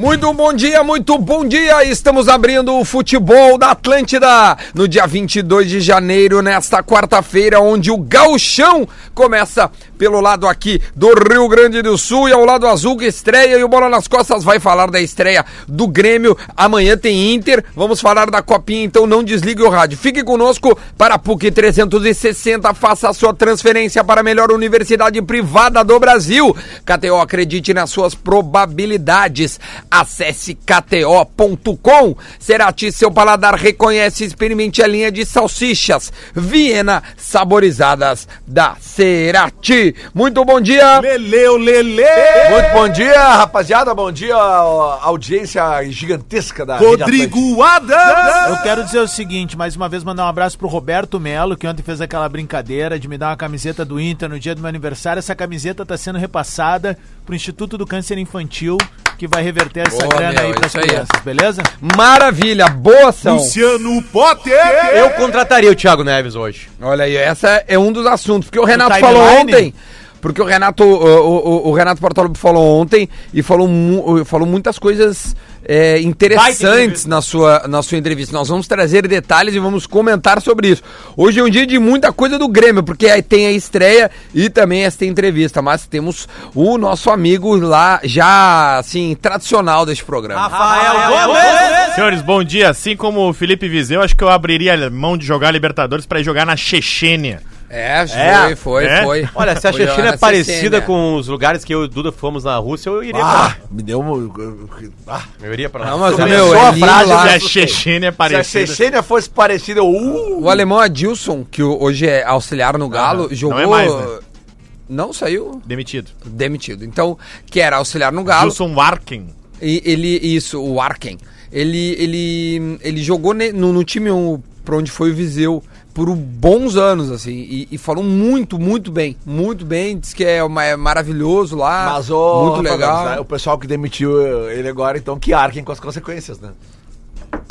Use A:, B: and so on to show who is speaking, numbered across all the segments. A: Muito bom dia, muito bom dia! Estamos abrindo o futebol da Atlântida no dia 22 de janeiro, nesta quarta-feira, onde o gauchão começa pelo lado aqui do Rio Grande do Sul e ao lado azul que estreia e o Bola nas Costas vai falar da estreia do Grêmio. Amanhã tem Inter, vamos falar da Copinha, então não desligue o rádio. Fique conosco para a PUC 360, faça a sua transferência para a melhor universidade privada do Brasil. KTO, acredite nas suas probabilidades. Acesse kto.com. Cerati, seu paladar reconhece e experimente a linha de salsichas Viena saborizadas da Cerati. Muito bom dia.
B: Leleu, Lele!
C: Muito bom dia, rapaziada. Bom dia, ó, audiência gigantesca da Rede Atlântica.
B: Rodrigo Adams!
D: Eu quero dizer o seguinte, mais uma vez mandar um abraço pro Roberto Melo, que ontem fez aquela brincadeira de me dar uma camiseta do Inter no dia do meu aniversário. Essa camiseta tá sendo repassada pro Instituto do Câncer Infantil, que vai reverter essa
A: Boa,
D: grana aí
A: meu,
D: pras
A: isso aí.
D: crianças, beleza?
A: Maravilha, boa são.
B: Luciano Potter!
C: Eu contrataria o Thiago Neves hoje.
A: Olha aí, essa é um dos assuntos, porque o Renato
D: timeline?
A: falou ontem. Porque o Renato, o, o- o Renato Portaluppi falou ontem e falou, mu- falou muitas coisas é, interessantes na sua, na sua entrevista. Nós vamos trazer detalhes e vamos comentar sobre isso. Hoje é um dia de muita coisa do Grêmio, porque aí tem a estreia e também esta entrevista. Mas temos o nosso amigo lá, já assim, tradicional deste programa.
C: Rafael Gomes!
E: Senhores, bom dia. Assim como o Felipe Vizeu, acho que eu abriria mão de jogar Libertadores pra ir jogar na Chechênia.
A: É, foi,
C: É,
A: foi,
E: é.
A: foi.
C: Olha, se a
A: Foi
C: Chechena
A: na
C: é parecida
A: Chechênia.
C: com os lugares que eu e o Duda fomos na Rússia, eu iria pra
B: Ah,
C: lá.
B: me deu um. Ah,
C: Eu iria pra lá.
A: Não, mas,
C: Começou
A: meu, é
C: a
A: lindo
C: frase,
A: lá.
C: eu
E: Se
C: já
E: a
C: assustei.
E: Chechênia é
C: Se a
E: parecida.
C: Chechênia fosse parecida, eu... Uh!
A: O alemão Adilson, que hoje é auxiliar no Galo,
E: não. Não
A: jogou.
E: é mais, né?
A: Não saiu
E: Demitido.
A: demitido. Então, que era auxiliar no Galo.
E: Wilson Warken.
A: E ele, isso, o Arken. Ele, ele, ele jogou ne- no, no time um, pra onde foi o Viseu por um- bons anos, assim. E, e falou muito, muito bem. Muito bem. Diz que é, uma- é maravilhoso lá.
C: Mas ô,
A: muito
C: Rafa
A: legal.
C: Gomes, né, o pessoal que demitiu ele agora, então, que arquem com as consequências, né?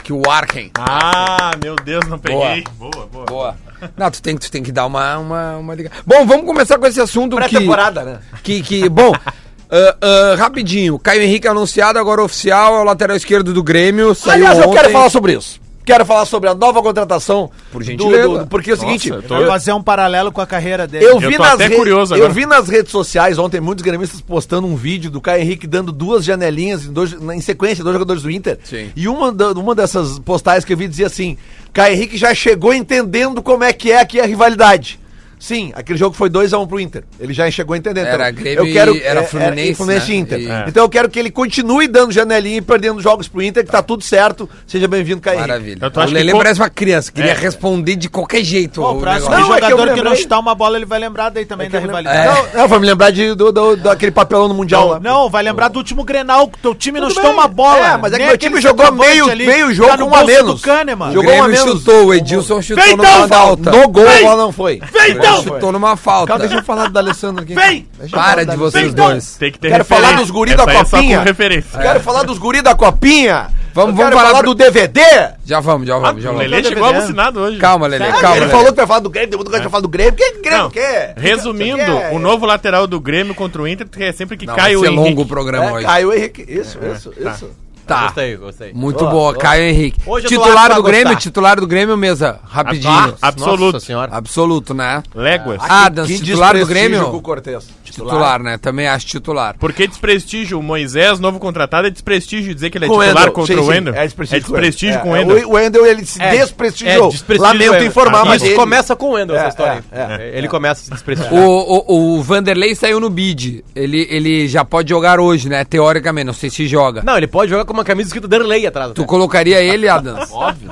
A: Que o Arken.
E: Ah, meu Deus, não peguei. Boa, boa.
A: Boa. Não, tu tem, tu tem que dar uma, uma, uma ligada. Bom, vamos começar com esse assunto que...
C: Pré-temporada, né?
A: Que, que bom. ah, ah, rapidinho, Caio Henrique anunciado, agora oficial, é o lateral esquerdo do Grêmio. Saiu
C: Aliás, eu
A: ontem.
C: quero falar sobre isso. Quero falar sobre a nova contratação.
A: Por
C: do-
A: gentileza.
C: do- do- porque é o seguinte,
E: eu tô-
D: Vai fazer um paralelo com a carreira dele.
C: Eu,
E: Eu
C: vi
E: tô
C: nas
E: até
C: re-
E: curioso
C: Eu
E: agora.
C: vi nas redes sociais ontem muitos gremistas postando um vídeo do Caio Henrique dando duas janelinhas em, dois- na- em sequência, dois jogadores do Inter.
A: Sim.
C: E uma, da- uma dessas postagens que eu vi dizia assim: Caio Henrique já chegou entendendo como é que é aqui a rivalidade. Sim, aquele jogo foi 2x1 pro Inter. Ele já chegou entendendo.
A: Era
C: Então,
A: Grêmio
C: eu quero,
A: e- era
C: é,
A: Fluminense,
C: e Fluminense
A: né?
C: e Inter.
A: E-
C: É. Então eu quero que ele continue dando janelinha e perdendo jogos pro Inter, que tá tudo certo. Seja bem-vindo, Caio Henrique.
A: Maravilha.
E: Eu tô
A: O
E: acho
A: Lele
E: que co-
A: parece uma criança, queria
E: É.
A: responder de qualquer jeito.
D: Bom, o
A: o
D: próximo
A: negócio.
C: Não, é que eu
D: Um jogador que, não
C: lembrei.
D: chutar uma bola, ele vai lembrar daí também da rivalidade.
A: É.
C: Não, não, vai me lembrar de, do, do- daquele papelão no Mundial lá.
D: Não, não, vai lembrar do último Grenal, que teu time não
C: Tudo
D: chutou
C: bem.
D: uma bola.
C: É, mas é que
D: Nem
C: meu
D: aquele
C: time jogou
D: centroavante
C: meio-
D: ali,
C: meio jogo,
D: tá no
C: um a
D: bolso
C: menos.
D: do Kahneman.
A: o
C: jogou uma
A: Grêmio
C: menos.
A: chutou, o Edilson chutou
E: Vem,
A: numa
E: então,
A: falta.
C: No gol a
E: Vem!
C: bola não foi.
E: Vem, então!
A: Chutou numa falta.
C: Calma, deixa eu falar do Alessandro aqui.
E: Vem!
C: Deixa eu falar
A: Para
C: do
A: de
C: D'Alessandro.
A: vocês
E: Então,
A: dois.
E: Tem que ter
C: Quero falar
E: referência.
C: dos guri da
E: Essa aí é só com
C: copinha.
E: referência.
C: Quero falar dos guri da copinha.
A: Vamos-
C: Eu
A: vamos
C: quero
A: falar
C: falar
A: pra-
C: do DVD.
A: Já vamos, já vamos, já
E: O
A: vamos.
E: Lelê chegou
D: DVD.
E: alucinado hoje.
A: Calma, Lele,
C: Ah,
A: calma.
C: ele
A: Lelê.
C: falou que vai falar do Grêmio, tem muita coisa pra falar do Grêmio. Que Grêmio
E: Não,
C: o quê?
E: resumindo,
C: Isso aqui é-
E: o novo lateral do Grêmio contra o Inter é sempre que
A: Não,
E: cai o
A: vai ser
E: Henrique.
A: longo o programa
C: É,
A: hoje.
C: Caio Henrique. Isso, isso, isso.
A: Tá.
C: Gostei, gostei.
A: Muito
C: Boa,
A: boa,
C: boa.
A: Caio Henrique.
C: Hoje eu tô
A: titular
C: apto
A: do
C: pra
A: Grêmio,
C: gostar.
A: titular do Grêmio, mesa. Rapidinho.
E: Ah, absoluto.
A: Absoluto, né?
E: Léguas.
A: Ah, Adams, titular do
C: desprestígio
A: Grêmio?
C: com o Cortez.
A: Titular, né? Também acho titular.
E: Porque desprestígio, o Moisés, novo contratado, é desprestígio dizer que ele é
C: Com o
E: titular
C: Wendel.
E: contra
C: Sim,
E: o
C: sim,
E: Wendel.
C: É desprestígio,
E: com o
C: É,
E: Wendel.
C: O Wendel, ele se
F: É,
C: desprestigiou.
F: é, desprestigiou o
C: Lamento
F: Wendel.
C: informar,
E: Ah,
C: mas
F: Isso
C: ele...
F: começa com o Wendel,
C: É,
F: essa história
C: é,
F: aí. Ele começa a se desprestigiar.
A: O, o, o Vanderlei saiu no bid. Ele, ele já pode jogar hoje, né? Teoricamente, não sei se joga.
F: Não, ele pode jogar com uma camisa escrita Derley atrás. né?
A: Tu
F: até.
A: colocaria ele, Adams? Óbvio.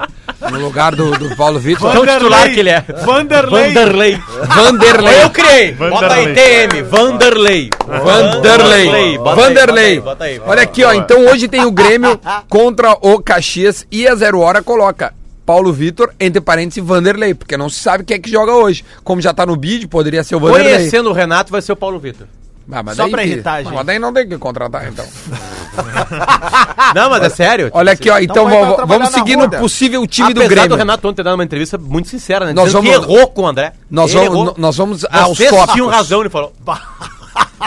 A: No lugar do, do Paulo Vitor?
F: Tão titular que ele é.
D: Vanderlei.
F: Vanderley.
A: Vanderlei.
F: Eu criei. Bota
E: Vanderlei.
F: aí, TM. Vanderlei.
A: Vanderlei.
F: Bota
A: Vanderlei.
F: aí, Bota aí. bota aí.
A: Olha aqui, ó. Então hoje tem o Grêmio contra o Caxias e a Zero Hora coloca Paulo Vitor, entre parênteses, Vanderlei, porque não se sabe quem é que joga hoje. Como já tá no bid, poderia ser o Vanderlei.
F: Conhecendo o Renato vai ser o Paulo Vitor.
A: Ah, mas
D: Só
A: daí
D: pra
A: que-
D: irritar a gente.
A: Mas daí não tem que contratar, então.
F: Não, mas é sério.
A: Olha aqui, ó. Então
D: vai dar
A: vamos,
D: trabalhar
A: vamos
D: na
A: seguir
D: rua,
A: no
D: né?
A: possível time do
F: Apesar
A: Grêmio.
F: do Renato ontem ter dado uma entrevista muito sincera, né?
A: é Nós
F: Dizendo que
A: vamos-
F: errou com o André.
A: Nós
F: Ele
A: vamos,
F: errou.
A: nós vamos aos
F: Vocês
A: tópicos.
F: tinham razão, ele falou.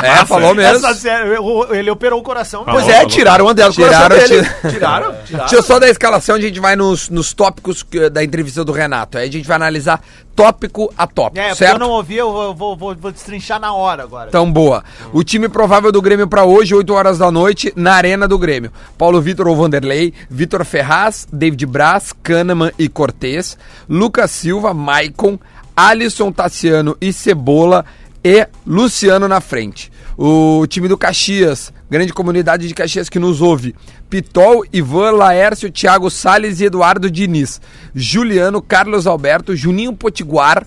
A: É, falou mesmo.
D: Essa série, errou- ele operou o coração.
E: Pois
C: é, tiraram o André do coração
A: Tiraram,
C: dele.
A: tira-
C: Tiraram, tiraram.
A: Deixa eu só da escalação, a gente vai nos, nos tópicos que- da entrevista do Renato. Aí a gente vai analisar tópico a tópico,
D: É, porque
A: certo? Então-
D: eu não ouvi, eu vou, vou, vou, vou destrinchar na hora agora.
A: Tão boa. O time provável do Grêmio pra hoje, 8 horas da noite, na Arena do Grêmio. Paulo Vitor ou Vanderlei, Vitor Ferraz, David Braz, Kahneman e Cortez, Lucas Silva, Maicon, Alisson Tassiano e Cebola e Luciano na frente. O time do Caxias, grande comunidade de Caxias que nos ouve. Pitol, Ivan, Laércio, Thiago Salles e Eduardo Diniz. Juliano, Carlos Alberto, Juninho Potiguar,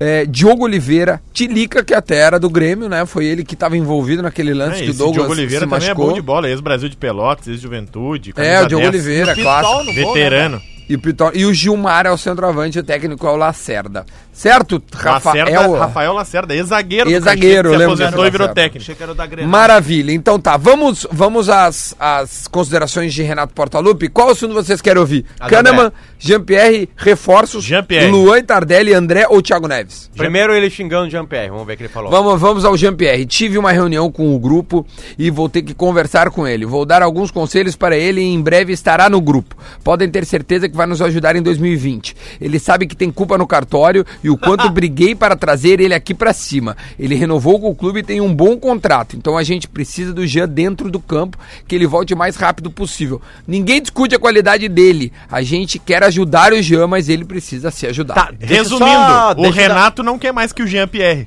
A: é, Diogo Oliveira, Tilica, que até era do Grêmio, né? Foi ele que estava envolvido naquele lance
E: É,
A: que o
E: esse
A: Douglas
E: Diogo Oliveira
A: se
E: também é
A: machucou.
E: bom de bola, ex-Brasil de Pelotas, ex-Juventude.
A: É,
E: camisa
A: o Diogo
E: 10,
A: Oliveira,
D: Pitol
A: clássico.
D: no gol, né,
E: Veterano.
A: E o, Pitol- e o Gilmar é o centroavante, o técnico é o Lacerda. Certo, Rafael?
E: Lacerda, Rafael Lacerda, ex-zagueiro. do
A: Ex-zagueiro,
E: Caxias,
A: eu
E: se
A: lembro
E: aposentou
A: desse
E: e virou
A: Lacerda.
E: técnico.
D: Achei que era o da Grenal.
A: Maravilha. Então tá, vamos, vamos às, às considerações de Renato Portaluppi. Qual assunto vocês querem ouvir? Kahneman, Jean-Pierre, reforços,
E: Jean-Pierre.
A: Luan Tardelli, André ou Thiago Neves?
F: Primeiro ele xingando o Jean-Pierre, vamos ver o que ele falou.
A: Vamos, vamos ao Jean-Pierre. Tive uma reunião com o grupo e vou ter que conversar com ele. Vou dar alguns conselhos para ele e em breve estará no grupo. Podem ter certeza que vai nos ajudar em 2020. Ele sabe que tem culpa no cartório e o quanto briguei para trazer ele aqui para cima. Ele renovou com o clube e tem um bom contrato. Então a gente precisa do Jean dentro do campo, que ele volte o mais rápido possível. Ninguém discute a qualidade dele. A gente quer ajudar o Jean, mas ele precisa se ajudar.
F: Tá, deixa eu só-
E: Resumindo, o
F: deixa eu dar-
E: Renato não quer mais que o Jean-Pierre.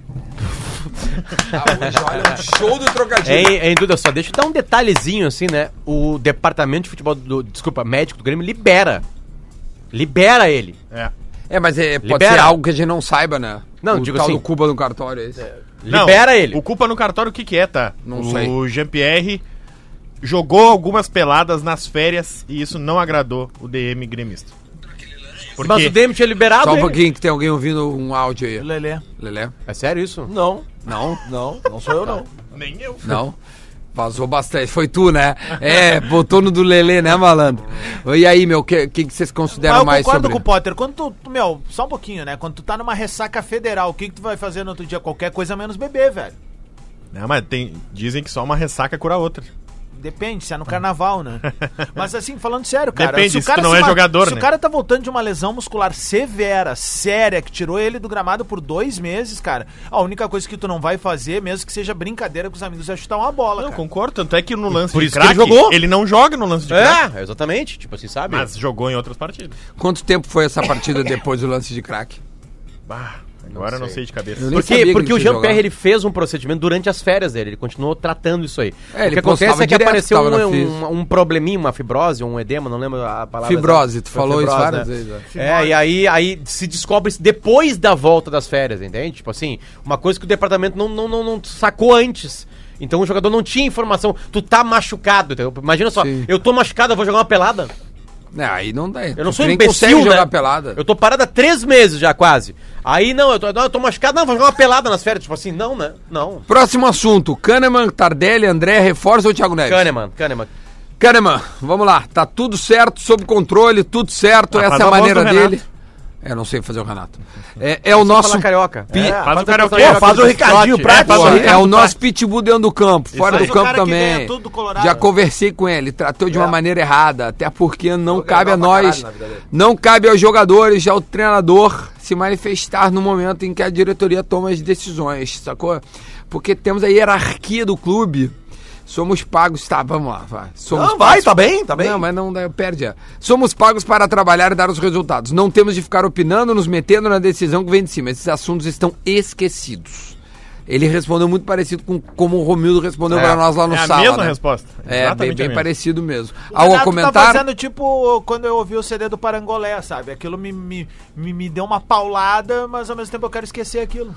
A: hoje, olha, um show do trocadilho.
F: Hein, hein, Duda, só deixa eu dar um detalhezinho assim, né? O departamento de futebol do. Desculpa, médico do Grêmio libera. Libera ele.
E: É.
A: É, mas é, pode
F: Libera.
A: ser algo que a gente não saiba, né?
F: Não,
A: o
F: digo
A: tal
F: assim-
A: do Cuba no cartório, é esse.
E: Não,
F: Libera ele.
E: O culpa no cartório, o que que é, tá?
A: Não
E: o
A: sei.
E: Jean-Pierre jogou algumas peladas nas férias e isso não agradou o DM gremista. Porque
F: Mas o Demi tinha liberado.
A: Só um
F: ele.
A: pouquinho que tem alguém ouvindo um áudio aí.
D: Lelê.
A: Lelé?
F: É sério isso?
C: Não,
A: Não?
C: não, não sou eu, não.
E: nem eu.
A: Não? Vazou bastante. Foi tu, né? É, botou no do Lelê, né, malandro? E aí, meu, o que, que, que vocês
D: Mas
A: consideram
D: eu
A: mais
D: concordo
A: sobre...
D: com o Potter. Quando tu, tu- meu, só um pouquinho, né? Quando tu tá numa ressaca federal, o que, que tu vai fazer no outro dia? Qualquer coisa menos beber, velho.
E: Não, mas tem, dizem que só uma ressaca cura a outra.
D: Depende, se é no carnaval, né? Mas assim, falando sério, cara.
E: Ah. Depende,
D: o
E: se tu não é
D: ma-
E: jogador,
D: Se
E: né?
D: o cara tá voltando de uma lesão muscular severa, séria, que tirou ele do gramado por dois meses, cara, a única coisa que tu não vai fazer, mesmo que seja brincadeira com os amigos, é chutar uma bola,
E: Não,
D: cara.
E: concordo, tanto é que no lance
F: Por
E: de
F: isso que ele
E: craque,
F: jogou.
E: ele não joga no lance de craque,
F: É, exatamente. Tipo assim, sabe?
E: mas jogou em outras partidas.
A: Quanto tempo foi essa partida depois do lance de craque?
E: Bah, agora eu não sei de cabeça.
A: Eu nem
F: Porque,
A: sabia que
F: porque
A: ele
F: o
A: tinha
F: Jean-Pierre
A: jogado.
F: ele fez um procedimento durante as férias dele, ele continuou tratando isso aí.
A: É,
F: o
A: ele
F: que acontece
A: postava
F: é que
A: direto,
F: apareceu
A: tava na
F: um,
A: fis.
F: um, um probleminha, uma fibrose, um edema, não lembro a palavra.
A: Fibrose,
F: exata.
A: tu
F: Foi
A: falou isso
F: fibrose,
A: várias
F: né?
A: vezes, ó.
F: É, e aí, aí se descobre isso depois da volta das férias, entende? Tipo assim, uma coisa que o departamento não, não, não, não sacou antes. Então o jogador não tinha informação. Tu tá machucado, entendeu? Imagina só,
A: Sim.
F: eu tô machucado, eu vou jogar uma pelada.
A: Não, É, aí não dá.
F: Eu não sou
A: Tu nem
F: imbecil,
A: consegue
F: né?
A: jogar pelada.
F: Eu tô parado há três meses já, quase. Aí, não, eu tô, não, eu tô machucado, não, vou jogar uma pelada nas férias. Tipo assim, não, né?
A: É
F: Não.
A: Próximo assunto. Kahneman, Tardelli, André, reforça ou Thiago Neves?
F: Kahneman, Kahneman.
A: Kahneman, vamos lá. Tá tudo certo, sob controle, tudo certo.
E: Ah,
A: essa
E: faz
A: é a
E: a voz
A: maneira
E: do
A: dele.
E: Renato.
A: É, não sei fazer o Renato. É, é o nosso.
F: Fala carioca.
A: pi- é,
E: Faz o karaokê.
C: Pô, faz o Ricardinho Prata.
E: faz o
A: é
E: Ricardo
A: o nosso pitbull dentro do campo, fora
D: aí.
A: do
D: Mas o
A: campo
D: cara que
A: também.
D: ganha tudo do Colorado.
A: Já conversei com ele, tratou de uma maneira errada, até porque não cabe a
C: legal pra
A: nós,
C: caralho na vida dele.
A: não cabe aos jogadores, ao treinador se manifestar no momento em que a diretoria toma as decisões, sacou? Porque temos a hierarquia do clube. Somos pagos, tá, vamos lá, vai. Somos
C: Não, vai,
A: pagos-
C: tá bem, tá bem.
A: não, mas não dá- perde. a- Somos pagos para trabalhar e dar os resultados. Não temos de ficar opinando, nos metendo na decisão que vem de cima. Esses assuntos estão esquecidos. Ele respondeu muito parecido com como o Romildo respondeu para nós lá no
E: é a
A: sábado.
E: mesma resposta.
A: É, bem,
E: Exatamente a
A: bem
E: mesma. tá
A: parecido mesmo. Algo
D: O
A: a
D: Renato tá
A: comentar?
D: fazendo tipo quando eu ouvi o CD do Parangolé, sabe? Aquilo me, me, me, me deu uma paulada, mas ao mesmo tempo eu quero esquecer aquilo.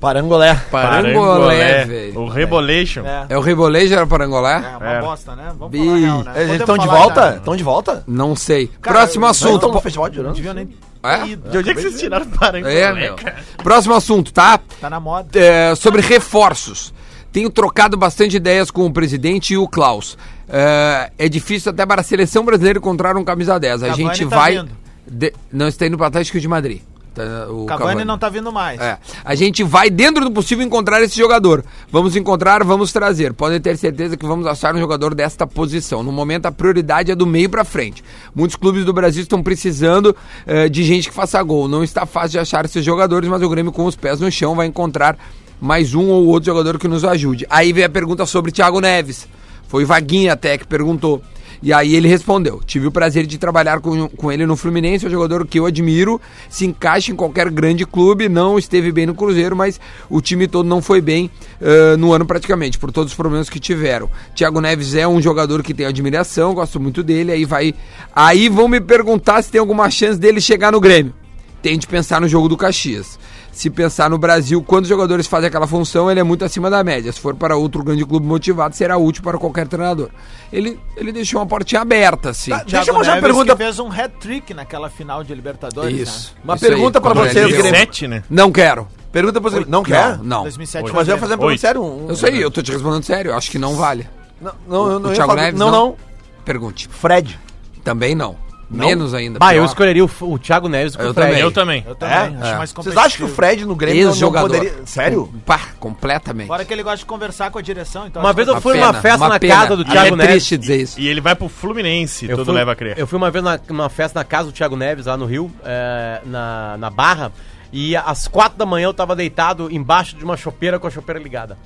C: Parangolé.
A: Parangolé, velho.
E: é O Rebolation.
D: É,
A: É o Rebolejo, era Parangolé?
D: é uma
E: É.
D: bosta, né? Vamos
A: Bi-
D: falar a real, né?
C: Eles
D: Podemos
C: estão de
D: falar,
C: volta?
D: cara.
C: Estão de volta?
A: Não sei.
D: Cara,
A: Próximo
D: eu-
C: Não,
A: assunto.
C: estão no
A: Po-
C: festival de
D: Não
C: Uranus.
D: devia nem
A: É?
D: ter ido. né?
E: De onde é que vocês tiraram Parangolé?
A: É, meu. Próximo assunto, tá?
D: Tá na moda.
A: É, sobre reforços. Tenho trocado bastante ideias com o presidente e o Klaus. eh, é difícil até para a seleção brasileira encontrar um camisa 10. A
D: Cavani
A: gente
D: tá
A: vai.
D: vindo.
A: de- não está indo para Atlético de Madrid. Tá, o
D: Cavani, não tá vindo mais.
A: É. A gente vai, dentro do possível, encontrar esse jogador. Vamos encontrar, vamos trazer. Podem ter certeza que vamos achar um jogador desta posição. No momento, a prioridade é do meio pra frente. Muitos clubes do Brasil estão precisando eh, de gente que faça gol. Não está fácil de achar esses jogadores, mas o Grêmio, com os pés no chão, vai encontrar mais um ou outro jogador que nos ajude. Aí vem a pergunta sobre Thiago Neves. Foi o Vaguinha até que perguntou. E aí ele respondeu: Tive o prazer de trabalhar com, com ele no Fluminense, é um jogador que eu admiro, se encaixa em qualquer grande clube, não esteve bem no Cruzeiro, mas o time todo não foi bem eh, no ano praticamente, por todos os problemas que tiveram. Thiago Neves é um jogador que tem admiração, gosto muito dele, aí vai. Aí vão me perguntar se tem alguma chance dele chegar no Grêmio tem de pensar no jogo do Caxias. Se pensar no Brasil, quando os jogadores fazem aquela função, ele é muito acima da média. Se for para outro grande clube motivado, será útil para qualquer treinador. Ele, ele deixou uma portinha aberta, assim.
C: Deixa eu fazer uma pergunta-
D: que fez um hat-trick naquela final de Libertadores,
A: Isso.
D: né?
C: Uma
A: Isso
C: pergunta
A: aí,
C: pra
A: quando ele
C: vocês,
A: deu.
C: Grêmio.
E: Sete, né?
A: Não quero.
C: Pergunta pra você. Não quer?
A: Não, não.
D: 2007
C: Mas eu ia
D: brasileiro.
C: fazer uma pergunta
E: Oito.
C: séria. Um...
A: Eu sei, eu tô te respondendo sério. Eu acho que não vale.
C: Não, não, eu não
A: o
C: ia
A: Thiago
C: falar-
A: Neves,
C: não,
A: não?
C: não.
A: Pergunte.
C: Fred.
A: Também não. Menos ainda.
F: Bah, eu
A: pior.
F: escolheria o, F- o Thiago Neves com
A: Eu
F: o Fred.
A: também.
E: Eu também.
D: Eu também,
C: É?
D: acho
C: É.
D: mais
C: Vocês acham que o
D: competitivo.
C: Fred no Grêmio não- não
A: Ex-jogador.
C: poderia... Sério?
A: Pá, completamente.
D: Fora que ele gosta de conversar com a direção, então...
F: Uma
D: acho
F: vez
D: que-
F: eu fui numa festa na casa do
A: E
F: Thiago
A: é
F: Neves.
A: triste dizer isso.
E: E ele vai pro Fluminense, tudo
F: fui,
E: leva a crer.
F: Eu fui uma vez na, numa festa na casa do Thiago Neves, lá no Rio, é, na, na Barra, e às quatro da manhã eu tava deitado embaixo de uma chopeira com a chopeira ligada.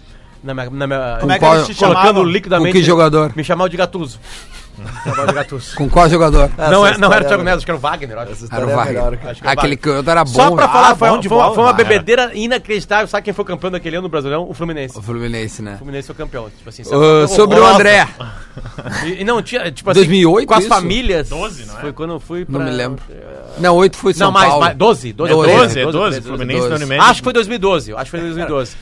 F: Na minha, na minha,
D: Como é que
A: qual-
D: eles te
F: colocando
D: chamavam?
F: liquidamente.
A: Com que jogador?
F: Me chamavam de Gatuso. chamava de Gatuso.
A: Com qual jogador?
F: não,
C: Essa
F: é, não
C: história
F: era o Thiago
C: é-
F: Neves, acho que era o Wagner. eu acho.
A: Era o
C: é
A: Wagner.
C: melhor, cara.
F: Acho que era o
A: Aquele
F: Wagner.
A: cantor era bom.
F: Só pra
A: né?
F: falar,
D: Ah,
F: foi,
D: bom
F: uma-
D: de
F: foi uma-
D: bola.
F: foi uma
D: Ah, era.
F: bebedeira inacreditável. Sabe quem foi o campeão daquele ano no Brasileirão? O Fluminense.
A: O
F: O
A: Fluminense, né?
F: Fluminense foi campeão. Tipo assim,
A: Ô,
F: sabe?
A: sobre o
F: Horrorosa.
A: André.
F: E, e não, tinha, tipo
A: 2008
F: com as
A: isso?
F: famílias.
E: 12, não é?
F: Foi quando eu fui pra...
A: Não me lembro. Não, oito foi São
F: não, mais,
A: Paulo.
F: mais, 12, 12,
E: É
A: 12,
E: 12, é 12,
F: 12,
E: Fluminense
A: doze.
E: da Unimed.
F: Acho que foi 2012, acho que foi 2012.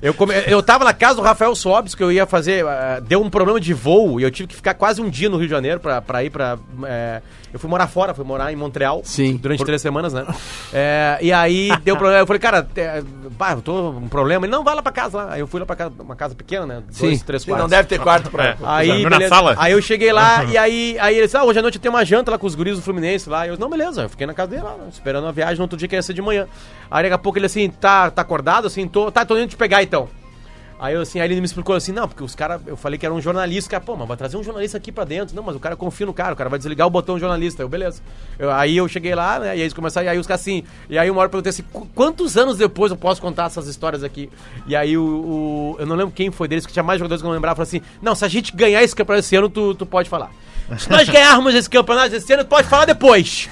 F: eu, come... eu tava na casa do Rafael Sobis, que eu ia fazer. ah, deu um problema de voo e eu tive que ficar quase um dia no Rio de Janeiro pra, pra ir pra. eh, eu fui morar fora, fui morar em Montreal
A: Sim.
F: durante três semanas, né? Eh, e aí deu problema. Eu falei, cara, eh, pá, eu tô com um problema. Ele não vai lá pra casa lá. Aí eu fui lá pra casa, uma casa pequena, né? Dois,
A: Sim.
F: três,
C: Sim,
F: quatro.
C: não deve ter quarto pra...
E: É.
F: Aí,
E: Dormiu
F: beleza.
E: na sala?
F: aí eu cheguei lá e aí, aí eles ah, hoje à noite eu tenho uma janta lá com os guris do Fluminense lá. Eu, não, beleza, eu fiquei na casa dele lá, esperando a viagem, no outro dia que ia ser de manhã. Aí daqui a pouco ele assim, tá, tá acordado, assim, tô, tá, tô indo te pegar então. Aí eu assim, aí ele me explicou assim, não, porque os caras, eu falei que era um jornalista, cara, pô, mas vai trazer um jornalista aqui pra dentro. Não, mas o cara confia no cara, o cara vai desligar o botão jornalista. Eu, beleza. Eu- aí eu cheguei lá, né, e aí eles começaram, e aí os caras assim, e aí uma hora eu perguntei assim, "Qu- quantos anos depois eu posso contar essas histórias aqui? E aí o, o- eu não lembro quem foi deles, que tinha mais jogadores que eu não lembrava, falou assim, não, se a gente ganhar esse campeonato esse ano, tu, tu pode falar. Se nós ganharmos esse campeonato esse ano, tu pode falar depois.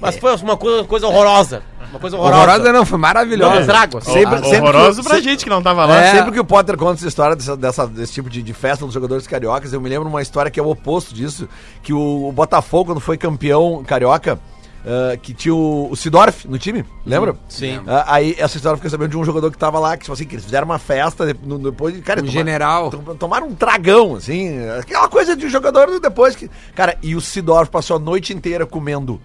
F: mas foi uma coisa, coisa horrorosa. Uma coisa horrorosa.
A: Horrorosa não, foi maravilhosa.
F: Não, trago, assim.
C: Sempre-
E: Ah,
C: sempre que-
E: Horroroso pra
C: se-
E: gente que não tava lá.
A: É.
C: Sempre que o Potter conta essa história dessa, dessa- desse tipo de, de festa dos jogadores cariocas, eu me lembro uma história que é o oposto disso, que o, o Botafogo, quando foi campeão carioca, ah, que tinha o, o Sidorf no time,
A: Hum,
C: lembra?
F: sim.
C: Ah, aí essa história fica sabendo de um jogador que tava lá, que tipo assim, que eles fizeram uma festa, de- no- depois, cara,
A: Um
C: toma-
A: general.
C: tom- tomaram um tragão, assim, aquela coisa de jogador depois que... Cara, e o Sidorf passou a noite inteira comendo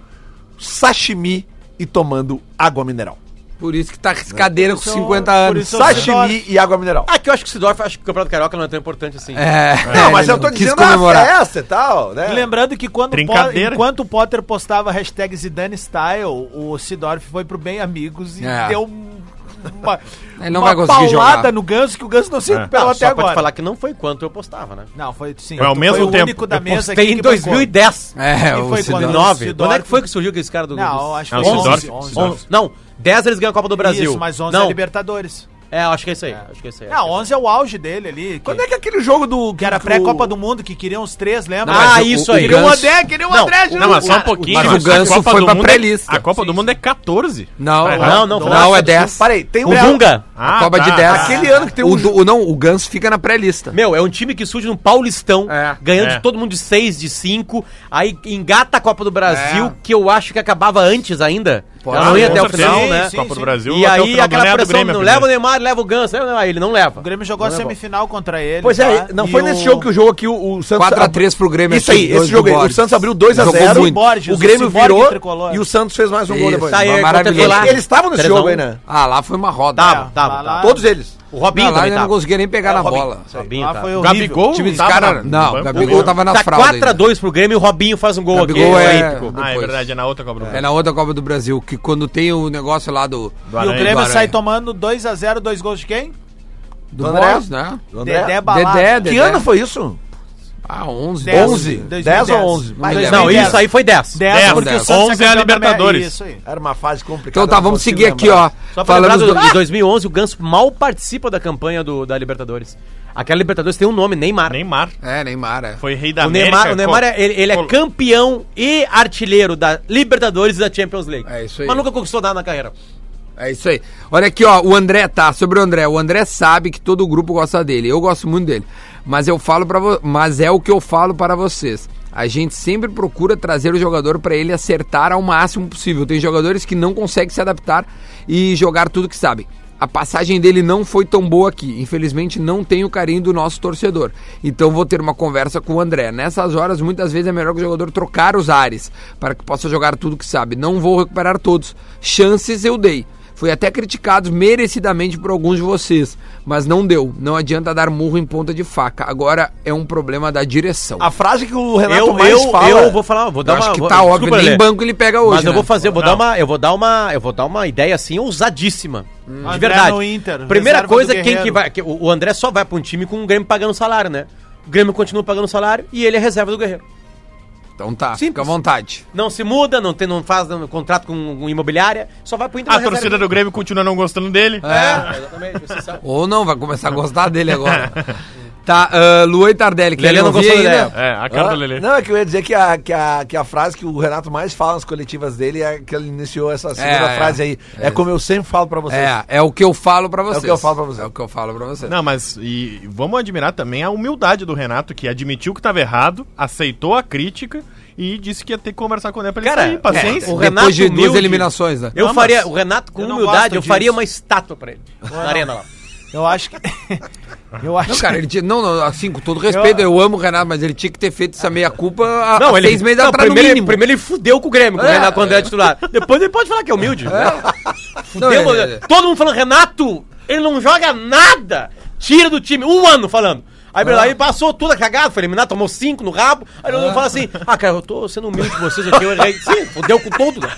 C: sashimi e tomando água mineral.
A: Por isso que tá riscadeira com 50
D: por
A: anos.
D: isso-
C: Sashimi e água mineral.
F: Ah, que eu acho que o Sidorf, acho que o Campeonato Carioca não é tão importante assim.
C: Não, mas
A: ele
C: eu tô
A: É, né, quis
C: dizendo
A: comemorar.
C: a festa e tal, né?
D: Lembrando que quando o Po-
E: Brincadeira.
D: enquanto o Potter postava a hashtag Zidane Style, o Sidorf foi pro Bem Amigos e
A: É.
D: deu um- uma,
A: Ele não vai
D: uma
A: conseguir
D: paulada
A: jogar.
D: no Ganso que o Ganso não se
E: É.
D: recuperou
F: Não,
D: até
F: só pra
D: agora.
F: te falar que não foi quanto eu postava, né?
D: Não, foi sim.
E: Foi ao
D: tu
E: mesmo
D: o
E: tempo.
D: único da mesa
F: Postei em
D: que bancou.
F: 2010.
A: É,
D: E
A: o
D: foi
A: Sidorf.
D: quando-
F: 9.
D: Sidorf-
F: Quando é que foi que surgiu esse cara do
D: Não, acho que
E: Ah,
D: foi
E: o
D: 11.
E: Sidorf.
D: 11.
E: Sidorf.
F: Não, 10 eles ganham a Copa do Brasil.
D: Isso, mas 11 é
F: não.
D: Libertadores.
F: É, acho que é isso aí. Acho que é isso aí.
D: Não, 11 é o auge dele ali. que-
C: Quando é que aquele jogo do.
D: Que era pré-Copa do Mundo, que queriam os três, lembra?
F: Não, mas
D: ah,
F: o- isso aí.
D: Queria o
A: Ganso-
C: é
D: André, queria o André
E: Não, mas só um pouquinho.
A: mas o
E: a
A: Ganso
E: Copa
A: foi
E: do
A: pra
E: Mundo é-
A: pré-lista.
E: A Copa do Mundo é 14.
A: Não,
E: Tá
A: não,
E: errado.
A: não,
F: Não,
A: é
F: não,
A: 10.
C: Parei, tem
F: O Dunga.
E: Ah,
A: Copa de
E: tá.
A: 10.
C: Aquele ano que tem
A: o,
C: um.
A: do- o- não, o Ganso fica na pré-lista.
F: Meu, é um time que surge num Paulistão,
A: É.
F: ganhando
E: É.
F: de todo mundo de 6, de 5, aí engata a Copa do Brasil, que eu acho que acabava antes ainda.
A: Pode
F: Ela não
A: ser.
F: ia até
E: Com
F: o final,
E: certeza.
F: né?
D: sim,
E: Copa
D: sim.
E: do Brasil. até
F: E
E: o
F: aí
E: final do
F: aquela
E: Neto
F: pressão,
E: Grêmio,
F: não
E: primeiro.
F: leva o Neymar, leva o Ganso, leva o Neymar, ele não leva.
D: O Grêmio jogou a
F: Não é bom.
D: semifinal contra ele.
C: Pois é,
D: tá?
C: não
D: E
C: foi nesse
D: o-
C: jogo que o jogo aqui, o, o Santos.
A: 4x3 pro Grêmio,
C: Isso aí,
A: esses dois
C: esse jogo
A: do
C: aí. O
A: Borges.
C: Santos abriu 2 a
A: Jogou
C: 0
A: muito.
C: O Grêmio
D: Borges, o
C: virou
D: Cyborg tricolor.
C: e o Santos fez mais um gol
A: Isso
C: depois.
F: Tá aí,
A: Uma
F: contra-
A: maravilha.
F: lá.
C: Eles estavam nesse
F: Três a
C: jogo
F: um.
C: aí, né?
A: Ah, lá foi uma roda.
F: Tava,
D: É,
F: tava,
D: lá-
F: tava.
C: Todos eles.
F: O Robinho
A: Não, lá
F: também
A: ele não
F: tava.
A: conseguia nem pegar na bola.
F: O Robinho
D: Lá
F: tá.
D: foi horrível.
E: Gabigol
A: Time dos
E: tava
A: cara-
E: no
A: não,
E: banco
A: Gabigol
E: mesmo.
A: tava na
F: Tá
A: fralda
F: 4x2 pro Grêmio e o Robinho faz um gol aqui.
A: Gabigol é-
F: épico.
E: Ah, é
A: depois.
E: verdade,
F: né?
E: é na outra Copa do
A: É
E: Brasil.
A: na outra Copa do Brasil, que quando tem o negócio lá do.
E: Do
D: E o
E: Aranha.
D: Grêmio
A: Aranha.
D: sai tomando 2x0, dois gols de quem?
A: Do
C: André?
A: Borges, né?
C: André?
D: Dedé Balada.
A: Dedé,
C: Que ano foi isso?
A: Ah, 11.
D: Dez.
C: 11?
D: 2010.
C: 10 ou 11?
A: Mas
D: Não,
F: Não,
D: 2010.
F: isso aí foi 10.
D: 10,
E: Dez,
D: porque
A: dez.
D: o Santos tá
E: 11 é
D: campeão
E: a
D: da América.
E: Libertadores.
D: Isso aí.
C: Era uma fase complicada.
A: Então tá,
C: não
A: vamos
C: consigo
A: seguir aqui,
C: um lembrar.
A: ó.
F: Só pra lembrar,
A: Falamos
F: do,
A: do.
F: em 2011 o Ganso mal participa da campanha do, da Libertadores. Aquela Libertadores tem um nome, Neymar.
E: Neymar.
A: É, Neymar, é.
E: Foi rei da
F: O
E: América.
F: Neymar, o Neymar
E: co-
F: é, ele, ele é
E: col-
F: campeão e artilheiro da Libertadores e da Champions League.
A: É isso aí.
F: Mas nunca conquistou nada na carreira.
A: É isso aí. Olha aqui, ó, o André tá, sobre o André. O André sabe que todo grupo gosta dele. Eu gosto muito dele. Mas eu falo para vo... mas é o que eu falo para vocês. A gente sempre procura trazer o jogador para ele acertar ao máximo possível. Tem jogadores que não conseguem se adaptar e jogar tudo que sabem. A passagem dele não foi tão boa aqui. Infelizmente, não tem o carinho do nosso torcedor. Então, vou ter uma conversa com o André. Nessas horas, muitas vezes é melhor que o jogador trocar os ares para que possa jogar tudo que sabe. Não vou recuperar todos. Chances eu dei. Fui até criticado merecidamente por alguns de vocês, mas não deu. Não adianta dar murro em ponta de faca. Agora é um problema da direção.
C: A frase que o Renato
F: Eu,
C: mais
F: eu,
C: fala... é
F: eu vou falar, vou
A: Eu
F: dar
A: acho
F: Ah, uma.
A: que
F: vou-
A: tá óbvio,
F: desculpa,
A: nem
F: Lelê.
A: banco ele pega hoje.
F: Mas eu
A: né?
F: vou fazer, eu vou
E: Não.
F: dar uma, eu vou dar uma, eu vou dar uma ideia assim ousadíssima. De
D: André
F: verdade.
D: no Inter,
F: Primeira
D: reserva
F: coisa,
D: do
F: quem que
D: Guerreiro.
F: vai, que o o André só vai pra um time com o Grêmio pagando salário, né? O Grêmio continua pagando salário e ele é reserva do Guerreiro.
A: Então tá,
F: Simples.
A: fica à vontade.
F: Não se muda, não tem, não faz um contrato com, com imobiliária, só vai pro Inter.
E: A
F: na reserva
E: torcida do Grêmio continua não gostando dele.
F: É, exatamente, você sabe.
A: Ou não, vai começar a gostar dele agora. tá, ah, Luan e Tardelli, que
F: Lelê
A: ele não
F: não
A: gostou
F: gostou da
A: ainda.
F: ideia.
E: É, a cara
C: Ah,
E: do Lelê.
C: Não, é que eu ia dizer que a, que, a, que a frase que o Renato mais fala nas coletivas dele é que ele iniciou essa segunda
A: é.
C: frase aí. É, como eu sempre falo pra vocês.
A: É, é o que eu falo pra vocês.
C: que eu falo pra vocês.
A: É o que eu falo pra vocês.
E: Não, mas e vamos admirar também a humildade do Renato, que admitiu que estava errado, aceitou a crítica e disse que ia ter que conversar com ele pra ele
F: Cara,
E: sair. Paciência.
F: é, o
A: Depois de duas
F: humilde,
A: eliminações, né?
F: Eu
E: Não,
F: faria,
E: mas
F: o Renato, com
D: eu não
F: humildade,
D: gosto
F: eu faria
D: disso.
F: uma estátua pra ele. Na arena lá.
D: Eu acho que. eu acho
A: Não, cara, ele tinha. Não, não, assim, com todo respeito, eu, amo o Renato, mas ele tinha que ter feito essa meia-culpa há há seis meses
F: não,
A: atrás, no
F: primeiro,
A: mínimo.
F: primeiro ele fudeu com o Grêmio, com o Renato, quando era titular. Depois ele pode falar que é humilde.
A: Não, é,
F: Deu-
A: ele- ele-
F: todo mundo falando, Renato, ele não joga nada. Tira do time. Um ano falando. Aí, ele passou tudo a cagada, foi eliminado, tomou cinco no rabo. Aí todo mundo fala assim: Ah, cara, eu tô sendo humilde com vocês aqui, eu errei. Sim, fudeu com tudo. né?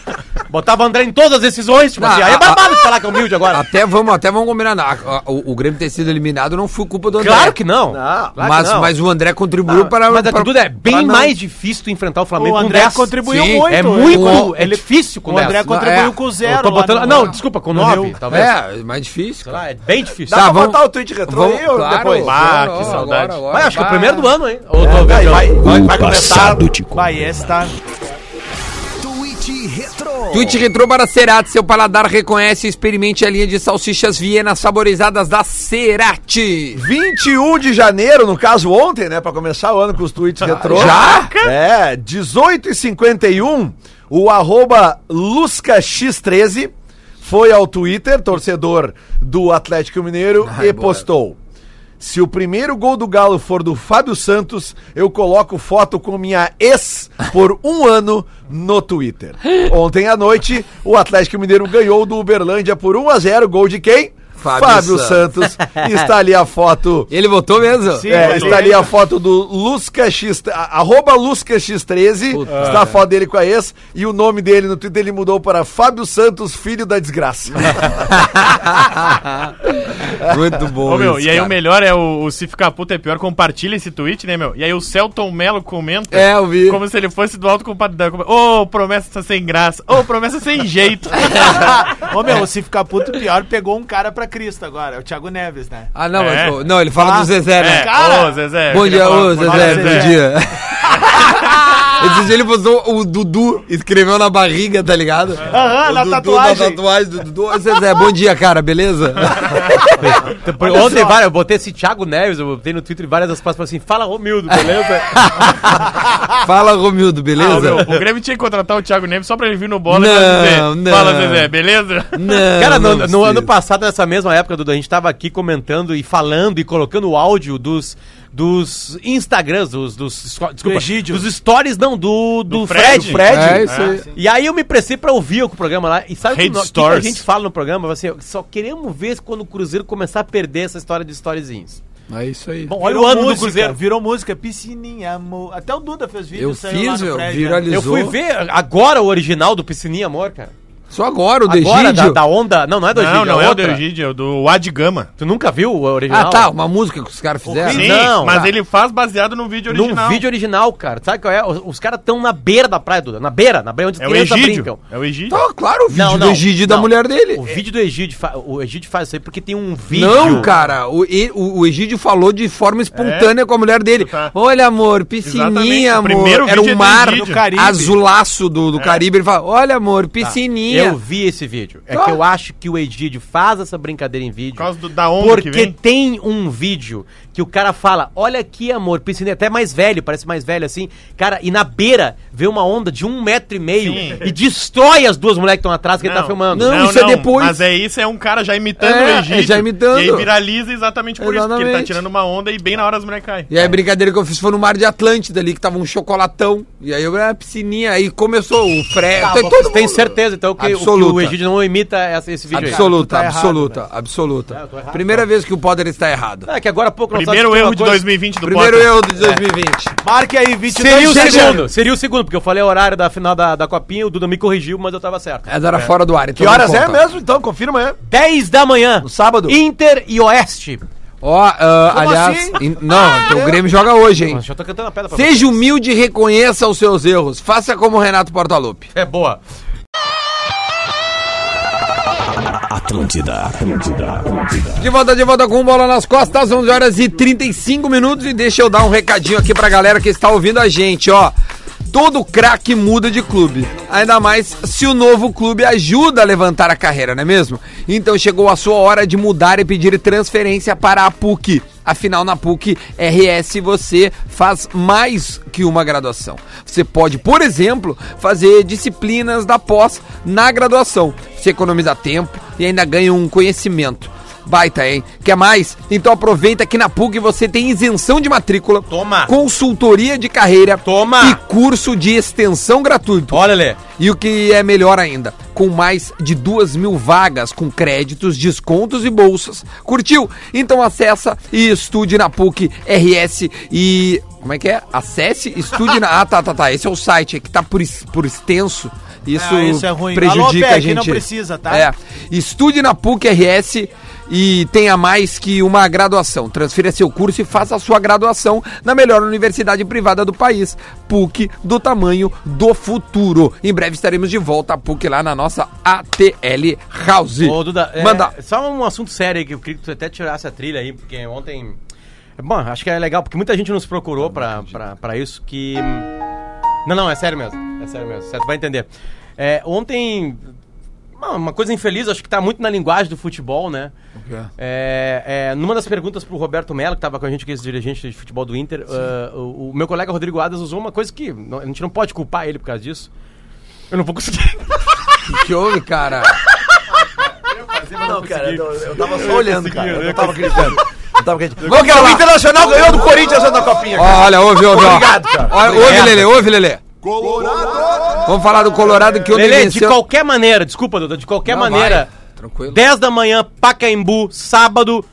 F: Botava André em todas as decisões, tipo
A: Não,
F: assim. Aí é
A: a-
F: babado de falar que é humilde agora.
A: Até vamos, até vamos combinar. na- a- O, o Grêmio ter sido eliminado não foi culpa do André.
F: Claro que não.
C: Não,
F: Claro que
A: Mas,
F: não.
A: mas o André contribuiu para.
F: Mas a
A: para-
F: tudo é
A: para
F: bem
A: não-
F: mais difícil tu enfrentar o Flamengo
D: O
F: com
D: André
F: 10.
D: contribuiu
A: Sim,
D: muito. né?
F: É
D: ele-
F: muito, é
D: ele-
F: difícil com
D: O
F: 10.
D: André contribuiu
A: é.
D: com
F: Eu
D: zero.
F: tô
D: lá
F: botando,
D: no-
F: não, desculpa, com 9,
D: Rio.
F: talvez.
A: É, mais difícil.
F: Sei
A: cara.
F: lá, é bem difícil.
C: Dá
A: Tá,
C: pra
A: vamos-
C: botar o tweet retrô
A: Vamos,
C: aí ou
A: claro,
C: depois?
E: Ah,
A: claro,
E: que
A: agora,
E: saudade.
A: agora,
F: Vai, acho que é o
A: vai.
F: primeiro do ano, hein? Ou
C: É,
D: tá
F: tô
C: vai,
F: viajando.
C: vai, vai,
G: O
C: vai começar.
G: passado te conta.
D: Vai, esse tá.
A: Twitch Retrô para Cerati, seu paladar reconhece e experimente a linha de salsichas vienas saborizadas da Cerati.
C: 21 de janeiro, no caso ontem, né? Pra começar o ano com os tweets retrô.
A: já?
C: É, 18 e 51 o arroba LuscaX13 foi ao Twitter, torcedor do Atlético Mineiro, e
A: boa.
C: postou. Se o primeiro gol do Galo for do Fábio Santos, eu coloco foto com minha ex por um ano no Twitter. Ontem à noite, o Atlético Mineiro ganhou do Uberlândia por 1 a 0 Gol de quem?
A: Fábio
C: Fábio,
A: Santos.
C: Santos. Está ali a foto
A: Ele votou mesmo?
D: Sim.
C: é,
D: Valeu.
C: está ali a foto do Lusca X, a- arroba Lusca X13, está a foto dele com a ex, e o nome dele no Twitter ele mudou para Fábio Santos, filho da desgraça.
A: Muito bom.
E: Ô, meu,
A: isso,
E: e aí
A: cara.
E: o melhor é o, o se ficar puto é pior, compartilha esse tweet, né, meu? E aí o Celton Mello comenta
A: É, eu vi.
E: como se ele fosse do alto compadre. Ô, promessa sem graça. Ô, promessa sem jeito.
D: Ô meu, se ficar puto pior, pegou um cara pra Cristo agora. É o Thiago Neves, né?
A: Ah, não,
E: É.
A: mas pô, não, ele fala do Zezé, né?
E: É,
D: cara.
E: ô, Zezé.
A: Bom
E: eu queria
A: dia,
E: falar-
A: ô
E: falar,
A: Zezé, bom dia. Esse dia ele postou o Dudu, escreveu na barriga, tá ligado?
D: Aham,
A: O
D: na
A: Dudu,
D: tatuagem.
A: Na tatuagem do Dudu. Ô Zezé, bom dia, cara, beleza?
F: Depois, ontem, várias, eu botei esse Thiago Neves, eu botei no Twitter várias das frases assim, fala Romildo, beleza?
A: Fala, Romildo,
E: Ah,
A: beleza?
E: meu, o Grêmio tinha que contratar o Thiago Neves só pra ele vir no bola
A: Não,
E: e
A: não.
E: dizer, fala Zezé, beleza?
A: Não,
F: Cara, no, no
A: precisa.
F: ano passado, nessa mesma época, Dudu, a gente tava aqui comentando e falando e colocando o áudio dos dos Instagrams, dos, dos desculpa,
D: Egídio.
F: dos stories, não, do, do,
E: Do Fred.
F: Fred.
C: Fred?
A: É isso aí.
F: E aí eu me prestei pra ouvir o programa lá. E sabe o que,
E: Rede
F: nó- o que que a
E: Stories.
F: gente fala no programa? Assim, ó, só queremos ver quando o Cruzeiro começar a perder essa história de storyzinhos.
A: É isso aí.
F: Bom, olha o ano do Cruzeiro.
D: Virou música, piscininha, amor. Até o Duda fez vídeo.
A: eu
D: saiu lá
A: fiz,
D: no
A: eu
D: Fred, né?
A: viralizou.
F: Eu fui ver agora o original do Piscininha Amor, cara.
A: Só agora, o
F: Agora, da,
A: Degídio.
F: da onda. Não, não é do
E: Não,
F: Egídio,
E: não é o do
F: outra.
E: Egídio, é o do Adgama.
F: Tu nunca viu o original?
A: Ah, tá, uma música que os caras fizeram.
E: Sim,
F: não,
E: mas
F: tá.
E: ele faz baseado no vídeo É original.
F: Num vídeo original, cara. Sabe qual é? Os, os caras estão na beira da praia, Duda. Na beira, na beira onde as
E: É o
F: crianças
E: Egídio.
F: brincam.
E: É o Egídio.
A: Tá, claro, o vídeo
F: Não,
A: do
F: não,
A: Egídio e da
F: não.
A: mulher dele. É.
F: O vídeo do Egídio, fa- o Egídio faz isso aí porque tem um vídeo.
A: Não, cara, o, e- o, o Egídio falou de forma espontânea com a mulher dele.
E: Tá.
A: Olha, amor, piscininha,
E: Exatamente. O
A: amor.
E: primeiro
A: Era
E: vídeo
A: um
E: é do
A: mar
E: Egídio.
D: Caribe.
A: azulaço do, do Caribe. Ele fala, olha, amor, piscininha.
F: Eu vi esse vídeo. É
A: Ah.
F: que eu acho que o Egídio faz essa brincadeira em vídeo.
E: Por causa do- da onda que
F: Porque
E: vem.
F: tem um vídeo que o cara fala: Olha aqui, amor, piscina é até mais velho, parece mais velho assim. Cara, e na beira vê uma onda de um metro e meio
E: Sim.
F: e destrói as duas mulheres que estão atrás que ele tá
E: Não.
F: filmando.
A: Não, isso é depois.
E: Mas é isso, é um cara já imitando
A: É,
E: o Egídio.
A: é já imitando.
E: E aí viraliza exatamente por isso, porque ele tá
A: Exatamente. Então,
E: tirando uma onda e bem na hora as mulheres caem.
A: E aí a brincadeira que eu fiz foi no mar de Atlântida ali, que tava um chocolatão. E aí eu era piscininha, aí começou o Fred.
F: Tá,
A: tem todo
F: tem
A: mundo.
F: certeza, então, que, o- que
A: Absoluta.
F: o Egídio não imita essa- esse vídeo aí.
A: Absoluta,
D: um Cara, tu tá
A: absoluta,
D: errado,
A: absoluta.
F: É, eu tô errado,
A: Primeira vez que o Potter está errado.
F: Ah, que agora há pouco nós
E: Primeiro
F: sabemos
E: erro
F: que
E: de
F: uma coisa-
E: 2020 do
A: Primeiro
E: Potter.
A: eu de 2020.
D: Marque aí, 22
F: Seria o
D: de janeiro.
F: segundo, seria o segundo, porque eu falei o horário da final da, da copinha, o Duda me corrigiu, mas eu tava certo.
A: Essa era fora do ar, então
C: Que horas
A: não
C: é
A: conta.
C: mesmo, então? Confirma aí.
F: 10 da manhã.
C: No sábado.
F: Inter e Oeste.
A: Ó, ah,
C: Como
A: aliás,
C: assim?
A: in- não, o Grêmio joga hoje, hein?
F: Nossa, já tô cantando a pedra pra
A: Seja humilde e reconheça os seus erros. Faça como o Renato Portaluppi.
F: É boa.
G: Atlântida, Atlântida, Atlântida.
A: De volta, de volta com bola nas costas, 11 horas e 35 minutos. E deixa eu dar um recadinho aqui pra galera que está ouvindo a gente, ó. Todo craque muda de clube, ainda mais se o novo clube ajuda a levantar a carreira, não é mesmo? Então chegou a sua hora de mudar e pedir transferência para a PUC. Afinal, na PUC RS você faz mais que uma graduação. Você pode, por exemplo, fazer disciplinas da pós na graduação. Você economiza tempo e ainda ganha um conhecimento. Baita, hein? Quer mais? Então aproveita que na PUC você tem isenção de matrícula,
F: Toma.
A: consultoria de carreira
F: Toma.
A: e curso de extensão gratuito.
F: Olha, Lê.
A: E o que é melhor ainda, com mais de duas mil vagas com créditos, descontos e bolsas. Curtiu? Então acessa e estude na PUC RS e... Como é que é? Acesse, estude na... Ah, tá, tá, tá. Esse é o site é que tá por, es- por extenso. Isso,
D: Ah, isso é ruim. Alô,
A: prejudica
D: Pé,
A: a
D: aqui
A: gente.
D: não precisa, tá?
A: É. Estude na PUC RS e tenha mais que uma graduação. Transfira seu curso e faça a sua graduação na melhor universidade privada do país. PUC do tamanho do futuro. Em breve estaremos de volta à PUC lá na nossa ATL House.
F: Ô, Duda, é,
A: Manda.
F: Só um assunto sério aí que eu queria que tu até tirasse a trilha aí, porque ontem. Bom, acho que é legal, porque muita gente nos procurou pra, pra, pra isso que. Não, não, é sério mesmo. É sério mesmo. Você vai entender. É, ontem. Uma, uma coisa infeliz, acho que tá muito na linguagem do futebol, né? É, é, numa das perguntas pro Roberto Mello, que tava com a gente, que é esse dirigente de futebol do Inter, ah, o, o meu colega Rodrigo Adas usou uma coisa que não- a gente não pode culpar ele por causa disso. Eu não vou conseguir.
A: O que houve, cara?
C: Não, cara, eu, eu tava só olhando, cara.
A: né,
C: Eu não tava acreditando. Eu tava acreditando.
A: Vamos que é
C: Cara,
A: lá.
C: o Internacional ganhou do Corinthians na Copinha. cara.
A: Ó, olha, ouve, ouve, ó.
C: Obrigado, cara.
A: Ó, Ouve, Lele, ouve, Lele.
B: Colorado!
A: Vamos falar do Colorado que ontem
F: Lele, de
A: venceu.
F: qualquer maneira, desculpa, Duda, de qualquer
A: Não,
F: maneira,
A: vai. Tranquilo.
F: 10 da manhã, Pacaembu, sábado,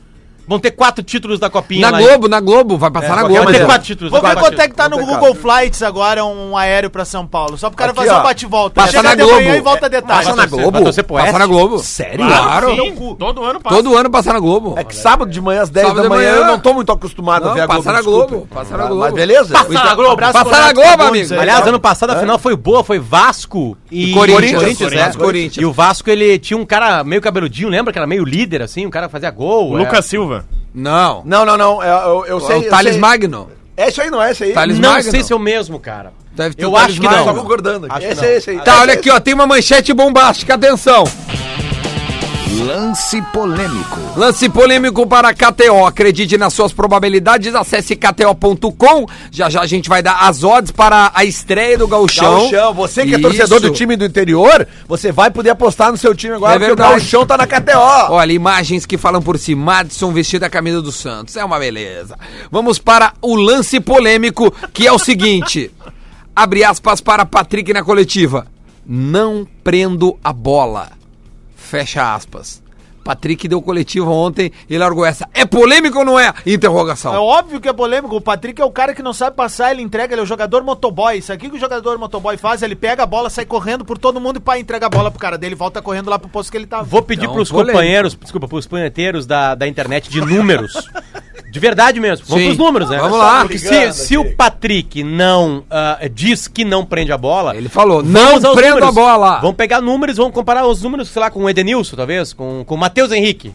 F: vão ter quatro títulos da Copinha
A: Na
F: lá.
A: Globo, na Globo, vai passar na
F: Vão
A: Globo.
F: ter
A: né?
F: quatro títulos.
D: Vou ver
F: quatro
D: quanto é
F: títulos.
D: que tá no
C: Complicado.
D: Google Flights agora um aéreo pra São Paulo. Só pro cara
C: Aqui,
D: fazer
C: ó.
D: um bate-volta.
A: Passa
D: Chega
A: na
D: de
A: Globo.
D: manhã E volta de tarde.
A: Passa na
F: torcer- vai
A: Globo?
F: torcer pro
A: Passa na
F: Oeste?
A: Globo. Sério? É Claro.
E: Sim, todo ano passa.
A: Todo ano passa na Globo.
C: É que sábado de manhã, às 10 da
A: Sábado de
C: manhã,
A: manhã.
C: eu não tô muito acostumado a
A: Não,
C: ver a Globo.
A: passa na
C: desculpa.
A: Globo, passa na Globo. Ah.
C: Mas beleza.
F: Passa na Globo.
D: Abraço,
A: Passa na
D: Colorado,
A: Globo,
D: tá bom
A: amigo.
D: disso aí.
F: Aliás, ano passado a final foi boa, foi Vasco e
A: Corinthians.
F: Corinthians, é.
A: Corinthians, Corinthians.
F: E o Vasco, ele tinha um cara meio cabeludinho, lembra? Que era meio líder, assim, um cara que fazia gol.
E: O
F: é.
E: Lucas Silva.
A: Não.
C: Não, não, não. é, Eu, eu sei.
A: o
C: eu
A: Thales
C: sei.
A: Magno.
C: É isso aí, não é isso aí?
A: Thales
F: Não
A: Magno.
F: sei se é o mesmo, cara.
A: Deve ter o
F: Eu
A: Thales
F: acho que
A: Magno.
C: Só
F: não.
C: concordando aqui.
F: Acho que
C: Esse
F: não.
C: aí, esse aí.
A: Tá, olha aqui, ó. Tem uma manchete bombástica, atenção.
G: Lance polêmico.
A: Lance polêmico para a KTO. Acredite nas suas probabilidades, acesse KTO.com. Já já a gente vai dar as odds para a estreia do Gauchão.
C: Gauchão, você que é torcedor
A: Isso.
C: do time do interior, você vai poder apostar no seu time agora,
A: É
C: porque o
A: verdade.
C: Gauchão tá na KTO.
A: Olha, imagens que falam por si. Madison vestido a camisa do Santos. É uma beleza. Vamos para o lance polêmico, que é o seguinte. Abre aspas para Patrick na coletiva. Não prendo a bola. Fecha aspas. Patrick deu coletiva ontem e largou essa. É polêmico ou não é?
D: É
A: Interrogação.
D: óbvio que é polêmico. O Patrick é o cara que não sabe passar, ele entrega, ele é o jogador motoboy. Isso aqui que o jogador motoboy faz, ele pega a bola, sai correndo por todo mundo e pá, entrega a bola pro cara dele, volta correndo lá pro posto que ele tava.
F: Vou pedir
A: Então,
F: pros
A: polêmico.
F: companheiros, desculpa, pros punheteiros da, da internet de números. De verdade mesmo. Vamos
A: Sim.
F: pros números, né?
A: Vamos lá.
F: Porque se, se o Patrick não ah, diz que não prende a bola.
A: Ele falou,
F: vamos
A: não
F: aos
A: prendo
F: números.
A: a bola.
F: Vamos pegar números, vamos comparar os números, sei lá, com o Edenilson, talvez, com, com o Matheus Henrique.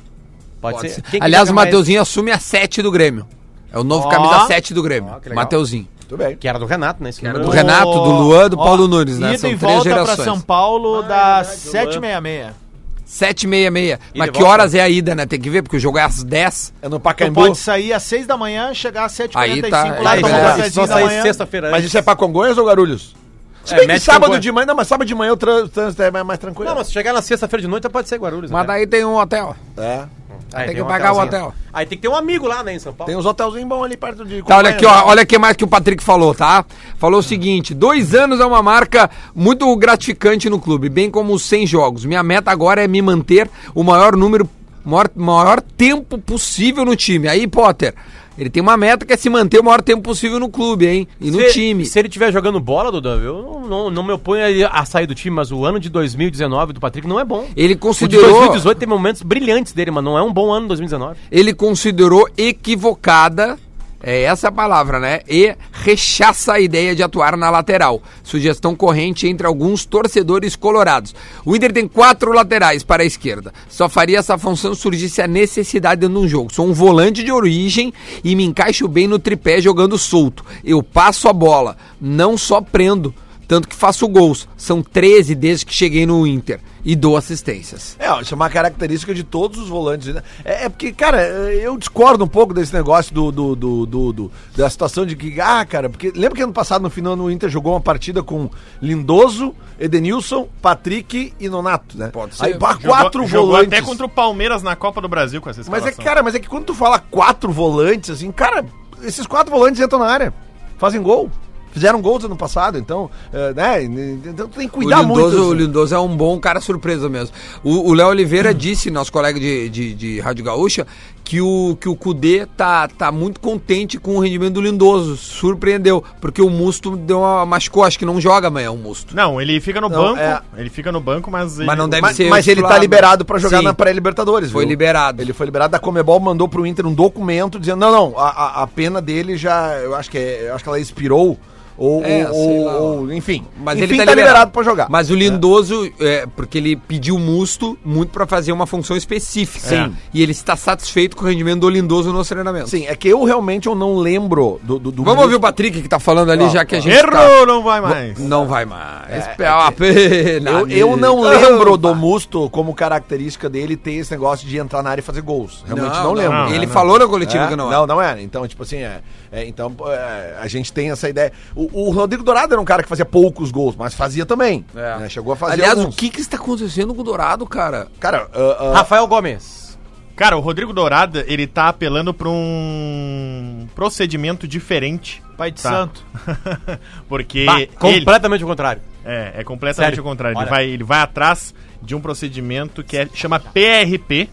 F: Pode,
A: Pode
F: ser.
A: ser.
F: Quem que
A: Aliás, o
F: joga mais?
A: Mateuzinho assume a 7 do Grêmio. É o novo
D: Ó.
A: camisa 7 do Grêmio.
F: que legal.
A: Mateuzinho.
C: Tudo bem.
F: Que era do Renato, né? Esse
A: era do
F: número do-
A: Renato, do Luan, do Paulo Nunes, né?
D: Ida
A: São
D: e
A: três
D: volta pra
A: gerações.
D: São Paulo
F: Ah,
D: da
F: é verdade, o
D: 766.
A: 7h66. Mas
F: e
A: que
F: volta.
A: horas é a ida, né? Tem que ver, porque o jogo é às 10.
C: É no
D: Tu
C: Pacaembu.
D: pode sair às 6 da manhã, chegar às 7h45
A: Aí tá,
D: lá,
A: aí é.
D: tomar um
F: Se
D: cafezinho
F: só
D: da
F: sair
D: manhã.
F: sexta-feira.
C: Mas
F: antes.
C: isso é pra Congonhas ou Guarulhos? Se
F: É,
C: bem que
F: mete
C: sábado
F: Congonhas.
C: de manhã, não, mas sábado de manhã o trâ- trânsito é mais, mais tranquilo.
F: Não, mas se chegar na sexta-feira de noite, pode ser Guarulhos.
A: Mas
F: né?
A: daí tem um hotel.
C: É.
F: Aí
A: tem que
F: uma
A: pagar o
F: casinha.
A: hotel.
F: Aí tem que ter um amigo lá, né, em São Paulo.
C: Tem uns hotelzinhos bons ali perto de
A: Tá, olha aqui,
C: Congonhas,
A: ó, olha que mais que o Patrick falou, tá? Falou o seguinte: dois anos é uma marca muito gratificante no clube, bem como os 100 jogos. Minha meta agora é me manter o maior número, maior, maior tempo possível no time. Aí, Potter, ele tem uma meta que é se manter o maior tempo possível no clube, hein? E no
F: Se-
A: time.
F: Se ele estiver jogando bola, Dudu, eu não, não, não me oponho a ele- a sair do time, mas o ano de 2019 do Patrick não é bom.
A: Ele
F: O de
A: considerou.
F: 2018 teve momentos brilhantes dele, mas não é um bom ano 2019.
A: ele considerou equivocada, é essa a palavra, né? E rechaça a ideia de atuar na lateral. Sugestão corrente entre alguns torcedores colorados. O Inter tem quatro laterais para a esquerda. Só faria essa função se surgisse a necessidade dentro de um jogo. Sou um volante de origem e me encaixo bem no tripé jogando solto. Eu passo a bola, não só prendo, tanto que faço gols. São 13 desde que cheguei no Inter e dou assistências.
C: É, ó, isso é uma característica de todos os volantes. Né? É, é porque, cara, eu discordo um pouco desse negócio do, do, do, do- do- da situação de que, ah, cara, porque lembra que ano passado no final no Inter jogou uma partida com Lindoso, Edenilson, Patrick e Nonato, né?
A: Pode ser.
C: Aí, pá,
E: Jogou-
C: quatro
E: jogou
C: volantes.
E: até contra o Palmeiras na Copa do Brasil com essa
C: Mas
E: escalação.
C: é que, cara, mas é que quando tu fala quatro volantes, assim, cara, esses quatro volantes entram na área, fazem gol. Fizeram gols ano passado, então, é, né? Então tu tem que cuidar
A: o Lindoso,
C: muito.
A: O
C: assim. Hum.
A: Lindoso é um bom cara surpresa mesmo. O o Léo Oliveira disse, nosso colega de, de, de Rádio Gaúcha, que o, que o Kudê tá, tá muito contente com o rendimento do Lindoso. Surpreendeu, porque o Musto deu uma machucou, acho que não joga amanhã o Musto. né?
E: Não, ele fica no
C: Não,
E: banco.
C: é.
E: Ele fica no banco, mas. ele-
A: Mas não deve
C: Mas,
A: ser.
C: mas ele tá
A: titular,
C: liberado pra jogar
A: Sim,
C: na pré-Libertadores.
A: Foi
C: viu?
A: liberado.
C: Ele foi liberado da Comebol, mandou pro Inter um documento dizendo: não, não, a, a- a pena dele já. Eu acho que, é, eu acho que ela expirou. Ou,
A: É,
C: ou-
A: sei lá.
C: ou- enfim.
A: Mas
C: enfim,
A: ele tá, liberado.
C: pra jogar.
A: Mas o Lindoso, é, porque ele pediu musto muito pra fazer uma função específica.
E: Sim.
A: E ele está satisfeito com o rendimento do Lindoso nos treinamentos.
C: Sim, é que eu realmente eu não lembro do. do, do
A: Vamos ouvir o Patrick que tá falando ali, já que a gente. tá-
E: Errou, não vai mais.
A: Não vai mais. É, uma pena.
C: Eu, eu não lembro do Musto como característica dele ter esse negócio de entrar na área e fazer gols. Realmente não, lembro.
E: não.
A: ele
E: não.
A: falou na coletiva
C: É,
A: que não,
C: não, não era. Então, tipo assim, é, é, então pô, é, a gente tem essa ideia. O, o Rodrigo Dourado era um cara que fazia poucos gols, mas fazia também.
A: É.
C: né? Chegou a fazer
A: Aliás,
C: alguns.
A: o que que está acontecendo com o Dourado, cara?
C: Cara, ah, ah,
F: Rafael Gomes.
E: Cara, o Rodrigo Dourada, ele tá apelando pra um procedimento diferente.
D: Pai de
E: Tá.
D: santo.
E: Porque.
F: Bah,
E: ele-
F: completamente o contrário.
E: É, é completamente
F: Sério?
E: o contrário.
F: Olha.
E: Ele vai, ele vai atrás de um procedimento que é, chama PRP,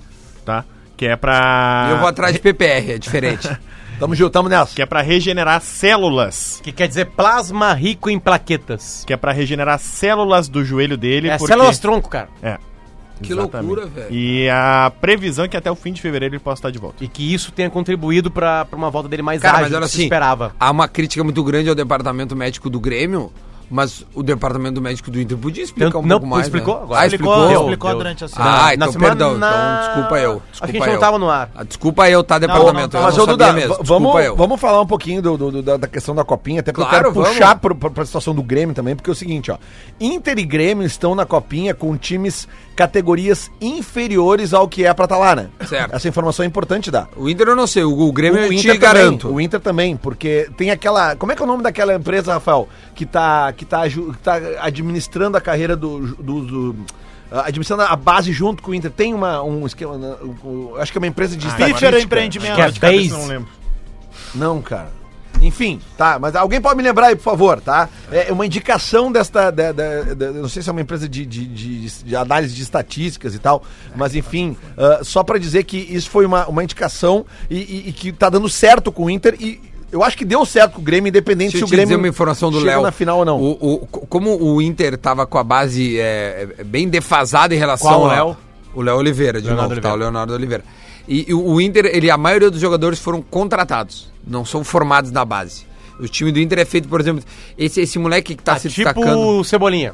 E: tá? Que é
F: Ah.
E: pra.
A: eu vou atrás de PPR, é diferente.
C: tamo junto, tamo nessa.
E: Que é pra regenerar células.
F: Que quer dizer plasma rico em plaquetas.
E: Que é pra regenerar células do joelho dele.
F: É
E: porque-
F: células tronco, cara.
E: É.
A: Que
E: exatamente.
A: loucura, velho.
E: E a previsão é que até o fim de fevereiro ele possa estar de volta.
F: E que isso tenha contribuído pra, pra uma volta dele mais
A: Cara,
F: ágil
A: mas olha
F: do que se
A: assim,
F: esperava.
A: Há uma crítica muito grande ao departamento médico do Grêmio, Mas o departamento médico do Inter podia explicar
F: Não,
A: um pouco
F: não,
A: mais.
F: explicou
A: né?
F: agora.
A: Ah,
D: Explicou,
A: explicou.
D: explicou durante a semana.
A: Ah,
F: Na
A: então
F: semana-
A: perdão. Então desculpa eu.
F: Acho que
A: Desculpa
F: a gente não
A: eu.
F: tava no ar.
A: Ah, Desculpa eu, tá, departamento?
D: não,
A: eu
D: mas,
C: Mas, ô
A: sabia
C: Duda,
A: mesmo.
C: v-
A: Desculpa
C: vamos,
A: eu.
C: vamos falar um pouquinho do- do- do- da, da questão da copinha, até porque
A: Claro,
C: eu quero puxar
A: vamos.
C: pro, pra, pra situação do Grêmio também, porque é o seguinte, ó. Inter e Grêmio estão na copinha com times categorias inferiores ao que é pra estar lá, né?
A: Certo.
C: Essa informação é importante dar.
A: O Inter eu não sei, o, o Grêmio eu te
C: também,
A: garanto.
C: O Inter também, porque tem aquela. Como é que é o nome daquela empresa, Rafael? Que tá, que tá, aju- que tá administrando a carreira do. do- do- ah, administrando a base junto com o Inter. Tem uma, um esquema. né, um- um- acho que é uma empresa
A: Ah, tá,
C: de. estatística.
D: Pitcher empreendimento.
F: que é
E: De cabeça, não
F: base.
E: lembro.
C: Não, cara. Enfim, tá, mas alguém pode me lembrar aí, por favor, tá? É uma indicação desta. da- da- da- eu não sei se é uma empresa de, de- de- de análise de estatísticas e tal, mas enfim, ah, só pra dizer que isso foi uma, uma indicação e, e- e que tá dando certo com o Inter e eu acho que deu certo com o Grêmio, independente
A: Deixa
C: se
A: eu
C: o
A: te dizer
C: Grêmio
A: uma informação do
C: chega
A: Léo.
C: na final ou não.
A: O, o- co- como o Inter tava com a base é, é, bem defasada em relação
D: Qual o
A: ao
D: Léo?
A: O Léo Oliveira, de
E: Leonardo
A: novo, tá?
E: Oliveira.
A: O Leonardo Oliveira. E, e o o Inter, ele, a maioria dos jogadores foram contratados, não são formados na base. O time do Inter é feito, por exemplo, esse, esse moleque que tá se
F: Tipo
A: destacando.
F: o Cebolinha.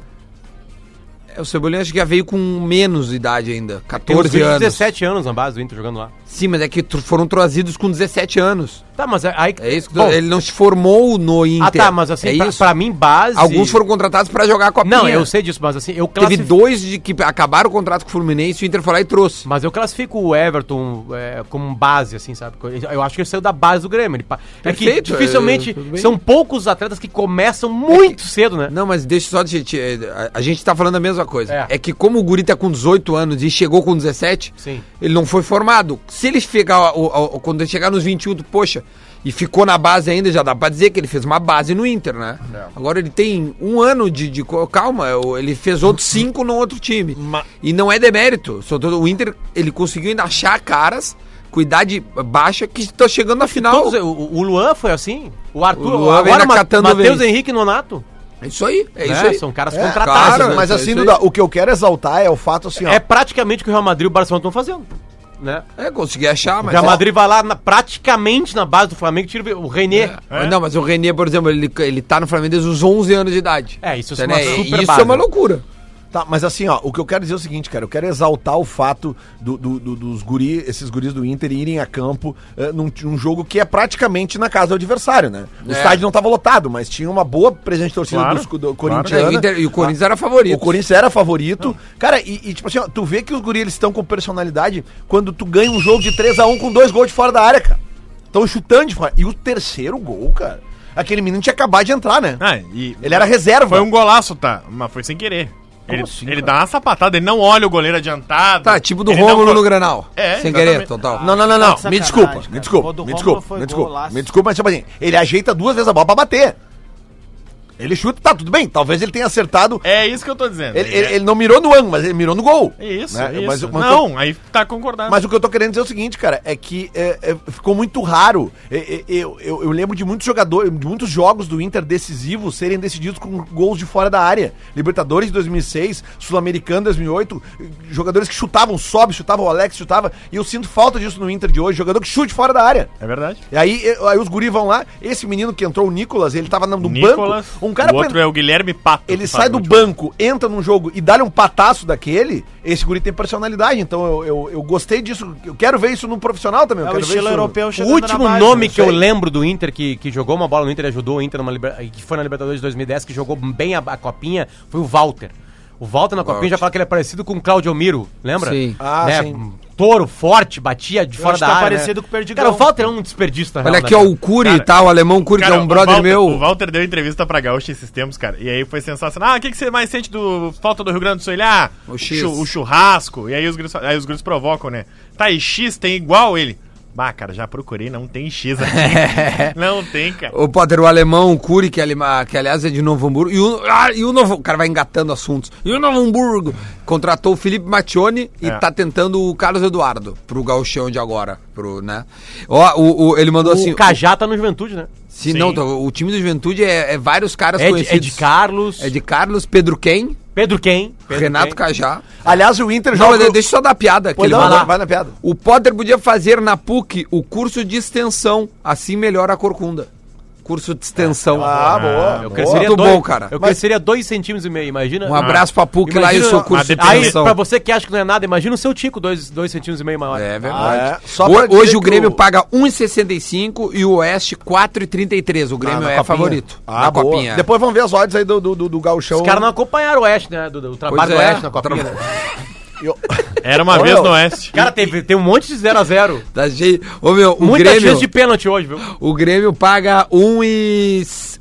A: É, o Cebolinha acho que já veio com menos idade ainda,
F: Tem uns
A: 14
F: vídeos de
A: anos.
F: 17 anos na base do Inter jogando lá.
A: Sim, mas é que tr- foram trazidos com 17 anos.
F: Tá, mas aí.
A: É isso que
F: Bom,
A: ele não se formou no Inter.
F: Ah, tá, mas assim,
A: é
F: pra,
A: isso.
F: pra mim, base.
A: Alguns foram contratados pra jogar a Copinha.
F: Não, eu sei disso, mas assim, eu
A: Teve
F: classifico.
A: dois de que acabaram o contrato com o Fluminense e o Inter foi lá e trouxe.
F: Mas eu classifico o Everton é, como base, assim, sabe? Eu acho que ele saiu da base do Grêmio. Ele pa- é que
A: Perfeito, é,
F: dificilmente
A: tudo bem.
F: são poucos atletas que começam muito cedo, né?
A: Não, mas deixa só de. te- A, a gente tá falando a mesma coisa.
F: É.
A: É. que como o Guri tá com 18 anos e chegou com 17,
F: Sim.
A: ele não foi formado. Se ele chegar. ao- ao- ao- quando ele chegar nos 21, tu, poxa, e ficou na base ainda, já dá pra dizer que ele fez uma base no Inter, né?
F: É.
A: Agora ele tem um ano de. de co- calma, eu- ele fez outros cinco no outro time.
E: Ma-
A: E não é demérito. só todo- o Inter, ele conseguiu ainda achar caras com idade baixa que estão chegando na final.
F: Todos- é, o, o Luan foi assim. O Arthur,
A: O Luan vem
F: agora
A: na
F: o Ma-
A: catando
F: Matheus
A: bem.
F: Henrique e Nonato.
A: É isso aí, é
F: né?
A: isso aí.
F: São caras
C: É,
F: contratados.
A: claro,
F: né?
C: mas
A: é
C: assim,
A: isso aí.
C: Duda, o que eu quero exaltar é o fato assim, ó.
F: É praticamente o que o Real Madrid e o Barcelona estão fazendo. Né?
A: É, consegui achar,
F: O
A: mas. é
F: Real Madrid vai lá na- praticamente na base do Flamengo, tira o René.
A: É. Não, mas o Renê, por exemplo, ele, ele tá no Flamengo desde os 11 anos de idade.
F: É, isso é
A: Entendeu?
F: uma
A: E
F: super
A: Isso
F: base,
A: é uma
F: né?
A: loucura.
C: Tá, mas assim, ó, o que eu quero dizer é o seguinte, cara, eu quero exaltar o fato do- do- do- dos guri, esses guris do Inter irem a campo eh, num, num jogo que é praticamente na casa do adversário, né? O
A: É.
C: estádio não tava lotado, mas tinha uma boa presença de torcida
E: Claro,
C: dos, do
A: É,
C: corintiana.
A: o Inter- e o Corinthians era favorito.
C: né? O Corinthians era favorito. Cara, e, e tipo assim, ó, tu vê que os guris eles estão com personalidade quando tu ganha um jogo de 3 a 1 com dois gols de fora da área, cara. Estão chutando de fora. E o terceiro gol, cara, aquele menino tinha acabado de entrar, né?
E: Ah, e
C: Ele era reserva.
E: Foi um golaço, tá? Mas foi sem querer. Ele,
C: assim,
E: ele
C: cara?
E: dá uma sapatada, ele não olha o goleiro adiantado.
A: Tá, tipo do
E: Ele
A: Rômulo
E: não-
A: no Granal.
E: É,
A: Sem
E: exatamente.
A: querer, total.
C: Não, não, não, não.
D: Tá de
C: Me
D: sacanagem,
C: desculpa,
D: cara.
C: me desculpa,
D: O do
C: me
D: Rômulo
C: desculpa,
D: foi
C: me desculpa,
D: golaço. é
C: me desculpa, mas tipo assim, ele ajeita duas vezes a bola pra bater. Ele chuta, tá tudo bem. Talvez ele tenha acertado.
E: É isso que eu tô dizendo.
C: Ele, ele- ele não mirou no ângulo, mas ele mirou no gol.
E: É isso,
C: né?
E: é isso.
C: Mas, mas
E: não,
C: o que eu-
E: aí tá concordado.
C: mas o que eu tô querendo dizer é o seguinte, cara, é que é, é, ficou muito raro. É, é, Eu, eu- eu lembro de muitos jogadores, de muitos jogos do Inter decisivos serem decididos com gols de fora da área. Libertadores de 2006, Sul-Americano de 2008, jogadores que chutavam, sobe, chutavam, o Alex chutava. E eu sinto falta disso no Inter de hoje, jogador que chute fora da área.
E: É verdade.
C: E aí, eu- aí os guri vão lá, esse menino que entrou, o Nicolas, ele tava no
E: Nicolas,
C: banco. Um cara
E: o outro
C: pen-
E: é o Guilherme Pato.
C: ele
E: que
C: sai
E: faz o
C: do
E: último.
C: banco, entra num jogo e dá-lhe um pataço daquele, esse guri tem personalidade. Então eu, eu, eu gostei disso. Eu quero ver isso no profissional também. Eu
D: É o
C: quero ver
D: estilo
C: isso no-
D: europeu
F: O
D: chegando
F: último
D: na base,
F: nome
D: né?
F: que eu
C: sei.
F: lembro do Inter que, que jogou uma bola no Inter, e ajudou o Inter numa liber- que foi na Libertadores de 2010, que jogou bem a, a copinha, foi o Walter. O Walter na copinha já fala que ele é parecido com o Claudio Miro, lembra?
A: Sim.
C: Ah,
F: né?
C: sim.
F: Touro forte, batia de fora
D: acho
F: da
D: que tá
F: área.
D: parecido
F: né?
D: com o Perdigão.
F: Cara, o Walter é um desperdício, na
A: Olha
F: real,
A: aqui,
F: né,
A: ó,
F: cara?
A: o Curi
E: Cara,
A: e tal, o alemão Curi, que é
E: Cara,
A: um brother
E: o Walter,
A: meu.
E: O Walter deu entrevista pra Gaúcha esses tempos, cara. E aí foi sensacional. Ah, o que, que você mais sente do falta do Rio Grande do Sul? Ele, ah,
A: O X.
E: o churrasco. E aí os, gris, aí os gris provocam, né? Tá, e X tem igual ele. Bah, cara, já procurei, não tem X aqui. não tem, cara.
A: O Potter, o alemão, o Curi, que, alima- que aliás é de Novo Hamburgo. E o, ah, e o Novo. O cara vai engatando assuntos. E o Novo Hamburgo contratou o Felipe Mattione e
E: É.
A: tá tentando o Carlos Eduardo pro gauchão de agora. Pro, né? Ó, o, o- ele mandou assim.
F: o Cajá tá no Juventude, né?
A: Se
E: Sim.
A: não, tá, o time do Juventude é, é vários caras
F: É de,
A: conhecidos.
F: é de Carlos,
A: É de Carlos, Pedro Ken,
F: Pedro Quem,
A: Renato Cajá.
C: Aliás, o Inter
A: Não,
C: joga.
A: mas deixa eu só dar a piada. Que
C: Pô,
A: ele
C: não,
A: mandou.
C: vai- vai na piada.
A: O Potter podia fazer na PUC o curso de extensão, assim melhora a corcunda. curso de extensão.
C: Ah, boa.
E: eu
C: boa.
A: cresceria-
F: Seria
A: Muito
F: dois-
A: bom, cara.
F: Eu
A: Mas-
F: cresceria dois centímetros e meio, imagina.
A: Um abraço pra PUC lá e o
F: Imagina-
A: seu curso de
E: a
F: Aí,
A: extensão.
F: pra você que acha que não é nada, imagina o seu Tico, dois, dois centímetros e meio maior.
A: É
C: Ah,
A: verdade.
C: é. Só
A: Ho-
C: pra dizer
A: hoje o
C: que
A: Grêmio
C: o-
A: paga 1,65 e o Oeste 4,33. O
F: Ah,
A: Grêmio
C: na
A: é
C: copinha.
A: favorito.
C: Ah, boa. Depois vamos ver as odds aí do, do, do, do gauchão.
F: Os caras não acompanharam o Oeste, né? Do, do trabalho
A: é.
F: do Oeste na Copinha. né?
C: Eu-
E: Era uma
C: Ô,
E: vez
C: meu.
E: no Oeste.
F: Cara, teve, tem um monte de 0x0.
A: Da Tá, gente... Ô, meu, o
F: Muita
A: Grêmio,
F: chance de pênalti hoje, viu?
A: o Grêmio paga 1,34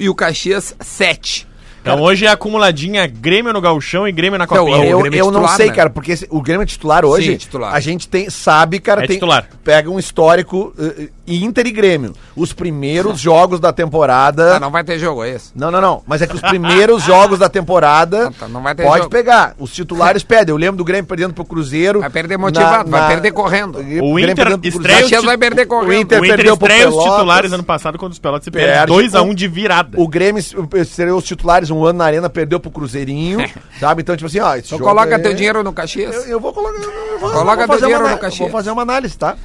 A: e o Caxias 7.
E: então hoje é acumuladinha Grêmio no Galchão e Grêmio na
A: Então,
E: Copinha.
A: é o-
C: Eu,
A: Grêmio
C: eu não
A: titular,
C: sei,
A: né?
C: cara, porque esse- o Grêmio é titular hoje.
A: Sim, titular.
C: A gente tem, sabe, cara,
E: É
C: tem,
E: titular.
C: pega um histórico eh, eh, Inter e Grêmio. Os primeiros jogos da
A: Ah,
C: temporada.
A: não vai ter jogo, é esse.
C: Não, não, não. Mas é que os primeiros jogos da temporada
A: Ah, tá, não vai ter
C: pode
A: jogo.
C: pegar. Os titulares pedem. Eu lembro do Grêmio perdendo pro Cruzeiro.
A: Vai perder motivado, vai perder correndo.
C: Grêmio
E: O Inter
C: perdendo pro
E: estreia
C: Cruzeiro.
A: Caxias vai perder
C: O
A: correndo.
C: Inter,
E: o Inter
C: perdeu pro
E: estreia os
C: Pelotas.
E: titulares ano passado quando os Pelotas se
C: Perde
E: perdem 2x1
C: com-
E: de virada.
C: O Grêmio estreou os titulares um ano na arena, perdeu pro Cruzeirinho, sabe? Então, tipo assim, ó, esse
A: Só
C: jogo
A: coloca
C: aí-
A: teu dinheiro no Caxias.
C: Eu, eu vou colocar. eu vou- vou
A: Coloca teu
C: fazer uma
A: dinheiro
C: ana-
A: no Caxias.
C: Vou fazer uma análise, tá?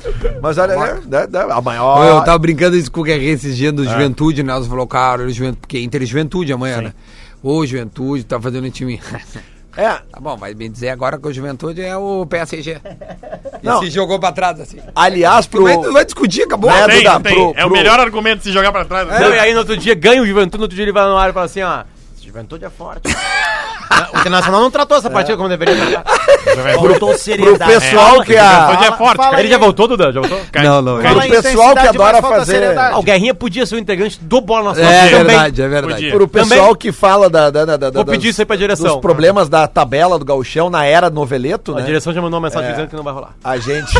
C: Mas olha, é, dá- dá- a
A: Ô,
C: maior.
A: Eu tava brincando isso com o Guerreiro esses dias
C: Ah.
A: do Juventude, né? Eles colocaram o Juventude, porque Inter e Juventude amanhã, né? Ô, Juventude, tá fazendo um time.
C: É,
A: tá bom, vai me dizer agora que o Juventude é o PSG.
C: Não.
A: E se jogou pra trás, assim.
C: aliás, pro.
A: Mas não vai discutir, acabou.
C: Né,
E: Tem,
C: Duda,
E: tem.
C: pro-
E: É o
C: pro-
E: melhor argumento de se jogar pra trás. né?
F: Não, e aí no outro dia ganha o Juventude, no outro dia ele vai no ar e fala assim, ó. "Esse Juventude é forte. É. o Internacional não tratou essa partida como deveria tratar.
D: Voltou
C: Pro
D: seriedade.
C: pessoal que a.
E: Juventude é forte.
D: fala
E: cara.
F: Ele já voltou, Duda? Já voltou?
E: Cai-
A: Não, não,
E: cai-
C: Pro
D: aí,
C: pessoal que
D: intensidade,
C: adora
D: mas falta
C: fazer.
D: seriedade.
F: Ah, o Guerrinha podia ser o integrante do Bola nas
A: É
F: Costas também.
A: verdade, é verdade.
E: Podia.
C: Pro pessoal
F: Também.
C: que fala da. da, da, da
F: Vou
C: das-
F: pedir isso aí pra direção.
C: Dos problemas da tabela do gauchão na era noveleto,
F: A
C: né?
F: direção já mandou uma mensagem
C: É.
F: dizendo que não vai rolar.
C: A gente.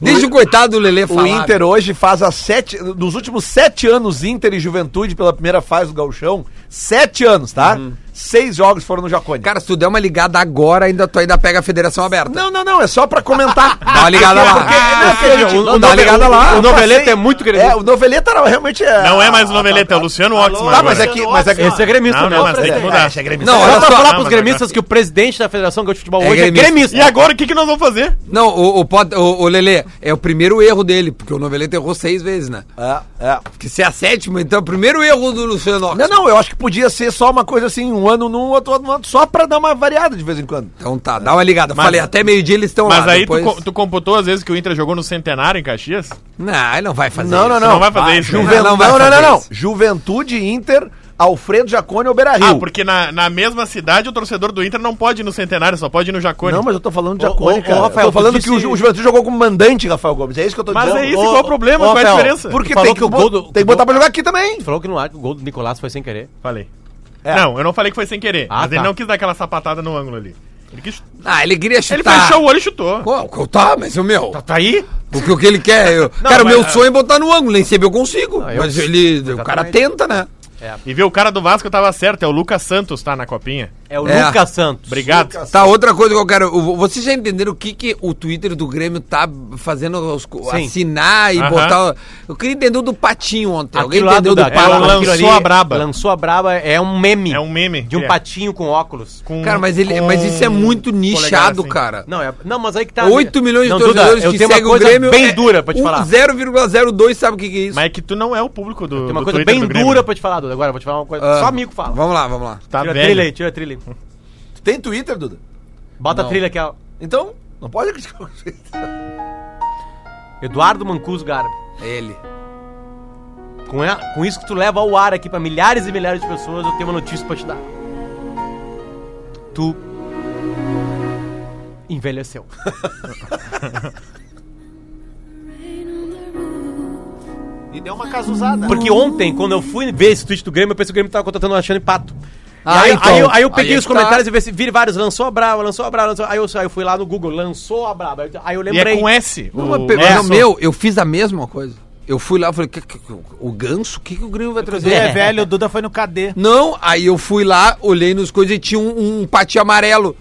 A: Deixa o coitado do Lelê
C: O
A: falar.
C: Inter hoje faz as sete. Nos últimos sete anos, Inter e Juventude pela primeira fase do Gauchão. Sete anos, tá?
F: Uhum.
C: Seis jogos foram no Jacone.
A: Cara, se tu der uma ligada agora, ainda tu ainda pega a federação aberta.
C: Não, não, não, é só pra comentar. É
A: Dá uma ligada lá.
C: Porque, não, porque a gente-
F: o-
C: não,
F: o
C: dá uma
F: nove-
C: ligada lá.
F: o
C: Eu
F: noveleto
C: passei-
F: é muito gremista.
C: É, o noveleta era- realmente é.
E: Não é mais o Noveleta, é o Luciano Oxman.
C: Tá,
E: agora.
C: mas é que. Mas é que
F: Esse é gremista,
E: Não,
F: né?
E: não, mas tem que
C: É,
E: mudar.
A: Não,
F: Só Ah,
A: olha
F: pra
A: só.
F: falar
E: Não,
F: pros
E: mas
F: gremistas que o presidente da Federação Gaúcha de Futebol
A: É
F: hoje
A: gremista.
F: é gremista.
E: E agora o que, que nós vamos fazer?
A: Não, o, o, pod- o- o Lelê, é o primeiro erro dele, porque o Noveleto errou seis vezes, né?
C: É, é.
A: Porque se é a sétima, então é o primeiro erro do Luciano Ox.
C: Não, não, eu acho que podia ser só uma coisa assim, um ano num, outro ano no outro, só pra dar uma variada de vez em quando.
A: Então tá, dá uma ligada.
E: Mas-
A: Falei, até meio-dia eles estão lá.
E: Mas aí
A: depois...
E: tu, co- tu computou as vezes que o Inter jogou no Centenário em Caxias?
A: Não, ele não vai fazer
C: Não, não,
E: Você não vai fazer isso, né?
C: Juven-
A: Não,
C: Não,
A: não vai
C: não, não,
A: fazer
C: não.
A: isso.
C: Juventude, Inter, Alfredo Jacone ou Beira Rio.
E: Ah, porque na, na mesma cidade o torcedor do Inter não pode ir no Centenário, só pode ir no Jacone.
C: Não, mas eu tô falando de
F: Ô,
C: Jacone,
F: ô,
C: cara.
F: ô, Rafael,
C: eu tô falando
F: tu
C: que o,
F: disse-
C: Ju- o Juventude jogou como mandante, Rafael Gomes. É isso que eu tô
E: Mas
C: dizendo.
E: é isso, qual é o problema?
F: ô,
E: qual é a
F: Rafael,
E: diferença?
C: Porque
F: falou
C: tem que,
F: que o
C: bo-
F: gol do-
C: tem que botar pra jogar aqui também.
F: Falou que no ar o gol do Nicolás foi sem querer.
E: Falei.
C: É.
E: Não, eu não falei que foi sem querer.
F: Ah,
E: mas ele
F: tá.
E: não quis dar aquela sapatada no ângulo ali. Ele, quis-
A: Ah, ele queria chutar.
E: ele fechou o olho e chutou.
A: Pô, tá, mas o meu.
F: Tá aí?
A: O que, o que ele quer? Eu...
E: Não,
A: cara, o meu
E: mas-
A: sonho é botar no ângulo, nem sempre eu consigo.
F: eu-
A: Mas ele. O cara
F: Exatamente.
A: tenta, né?
E: E viu, o cara do Vasco tava certo, é o Lucas Santos, tá? Na copinha.
F: É o
A: É.
F: Lucas Santos.
E: Obrigado.
A: Tá, outra coisa que eu quero. o- Vocês já entenderam o que, que o Twitter do Grêmio tá fazendo os, co-
F: Sim.
A: assinar e
E: Aham.
A: botar. Eu queria entender o do Patinho ontem. Alguém
F: Aquilo lá
A: entendeu
F: do
A: do
F: da,
A: Patinho?
E: Paulo
F: aquilo
E: lançou a braba.
F: Lançou a braba é um meme.
E: É um meme.
F: De um
E: É.
F: patinho com óculos.
E: Com-
A: Cara, mas, ele,
E: É com
A: mas isso é muito
E: polegar
A: nichado,
E: assim.
A: cara.
F: Não, é- não, mas aí que tá.
A: 8 milhões de
F: Não, Duda,
A: torcedores
F: eu
A: que
F: tenho uma
A: seguem o
F: coisa
A: Grêmio.
F: bem
A: é
F: dura pra te
A: um
F: falar.
A: 0,02 sabe o que, que é isso?
E: Mas é que tu não é o público do.
F: Tem uma
E: do
F: coisa
E: Twitter
F: bem
E: do Grêmio.
F: dura pra te falar, Duda. Agora eu vou te falar uma coisa.
A: Ah,
F: Só amigo fala.
A: Vamos lá, vamos lá.
E: Tá
F: tira a
E: velho.
F: trilha aí, tira a trilha aí.
C: Tem Twitter, Duda?
F: Bota a trilha aqui, ó.
C: Então, não pode criticar o Twitter.
F: Eduardo Mancuso Garbi.
A: É Ele.
F: Com, a- com isso que tu leva ao ar aqui pra milhares e milhares de pessoas, eu tenho uma notícia pra te dar. Tu envelheceu.
D: E deu uma casuzada.
F: Porque ontem, quando eu fui ver esse tweet do Grêmio, eu pensei que o Grêmio tava contratando o Alexandre Pato. E
A: Ah,
F: aí,
A: então.
F: aí eu, aí eu peguei
A: Aí é
F: os
A: que tá.
F: comentários e vi, vi vários, lançou a brava, lançou a brava, lançou, aí, eu, aí eu fui lá no Google, lançou a brava. Aí eu
E: E
F: lembrei.
E: é com S.
A: Não,
E: o-
A: mas pe-
E: é,
A: mas
E: só-
A: meu, eu fiz a mesma coisa. Eu fui lá, eu falei, "Que- que- que- o ganso? O que, que o Grêmio vai trazer?
D: Duda é velho, o Duda foi no KD.
A: Não, aí eu fui lá, olhei nos coisas e tinha um, um patinho amarelo.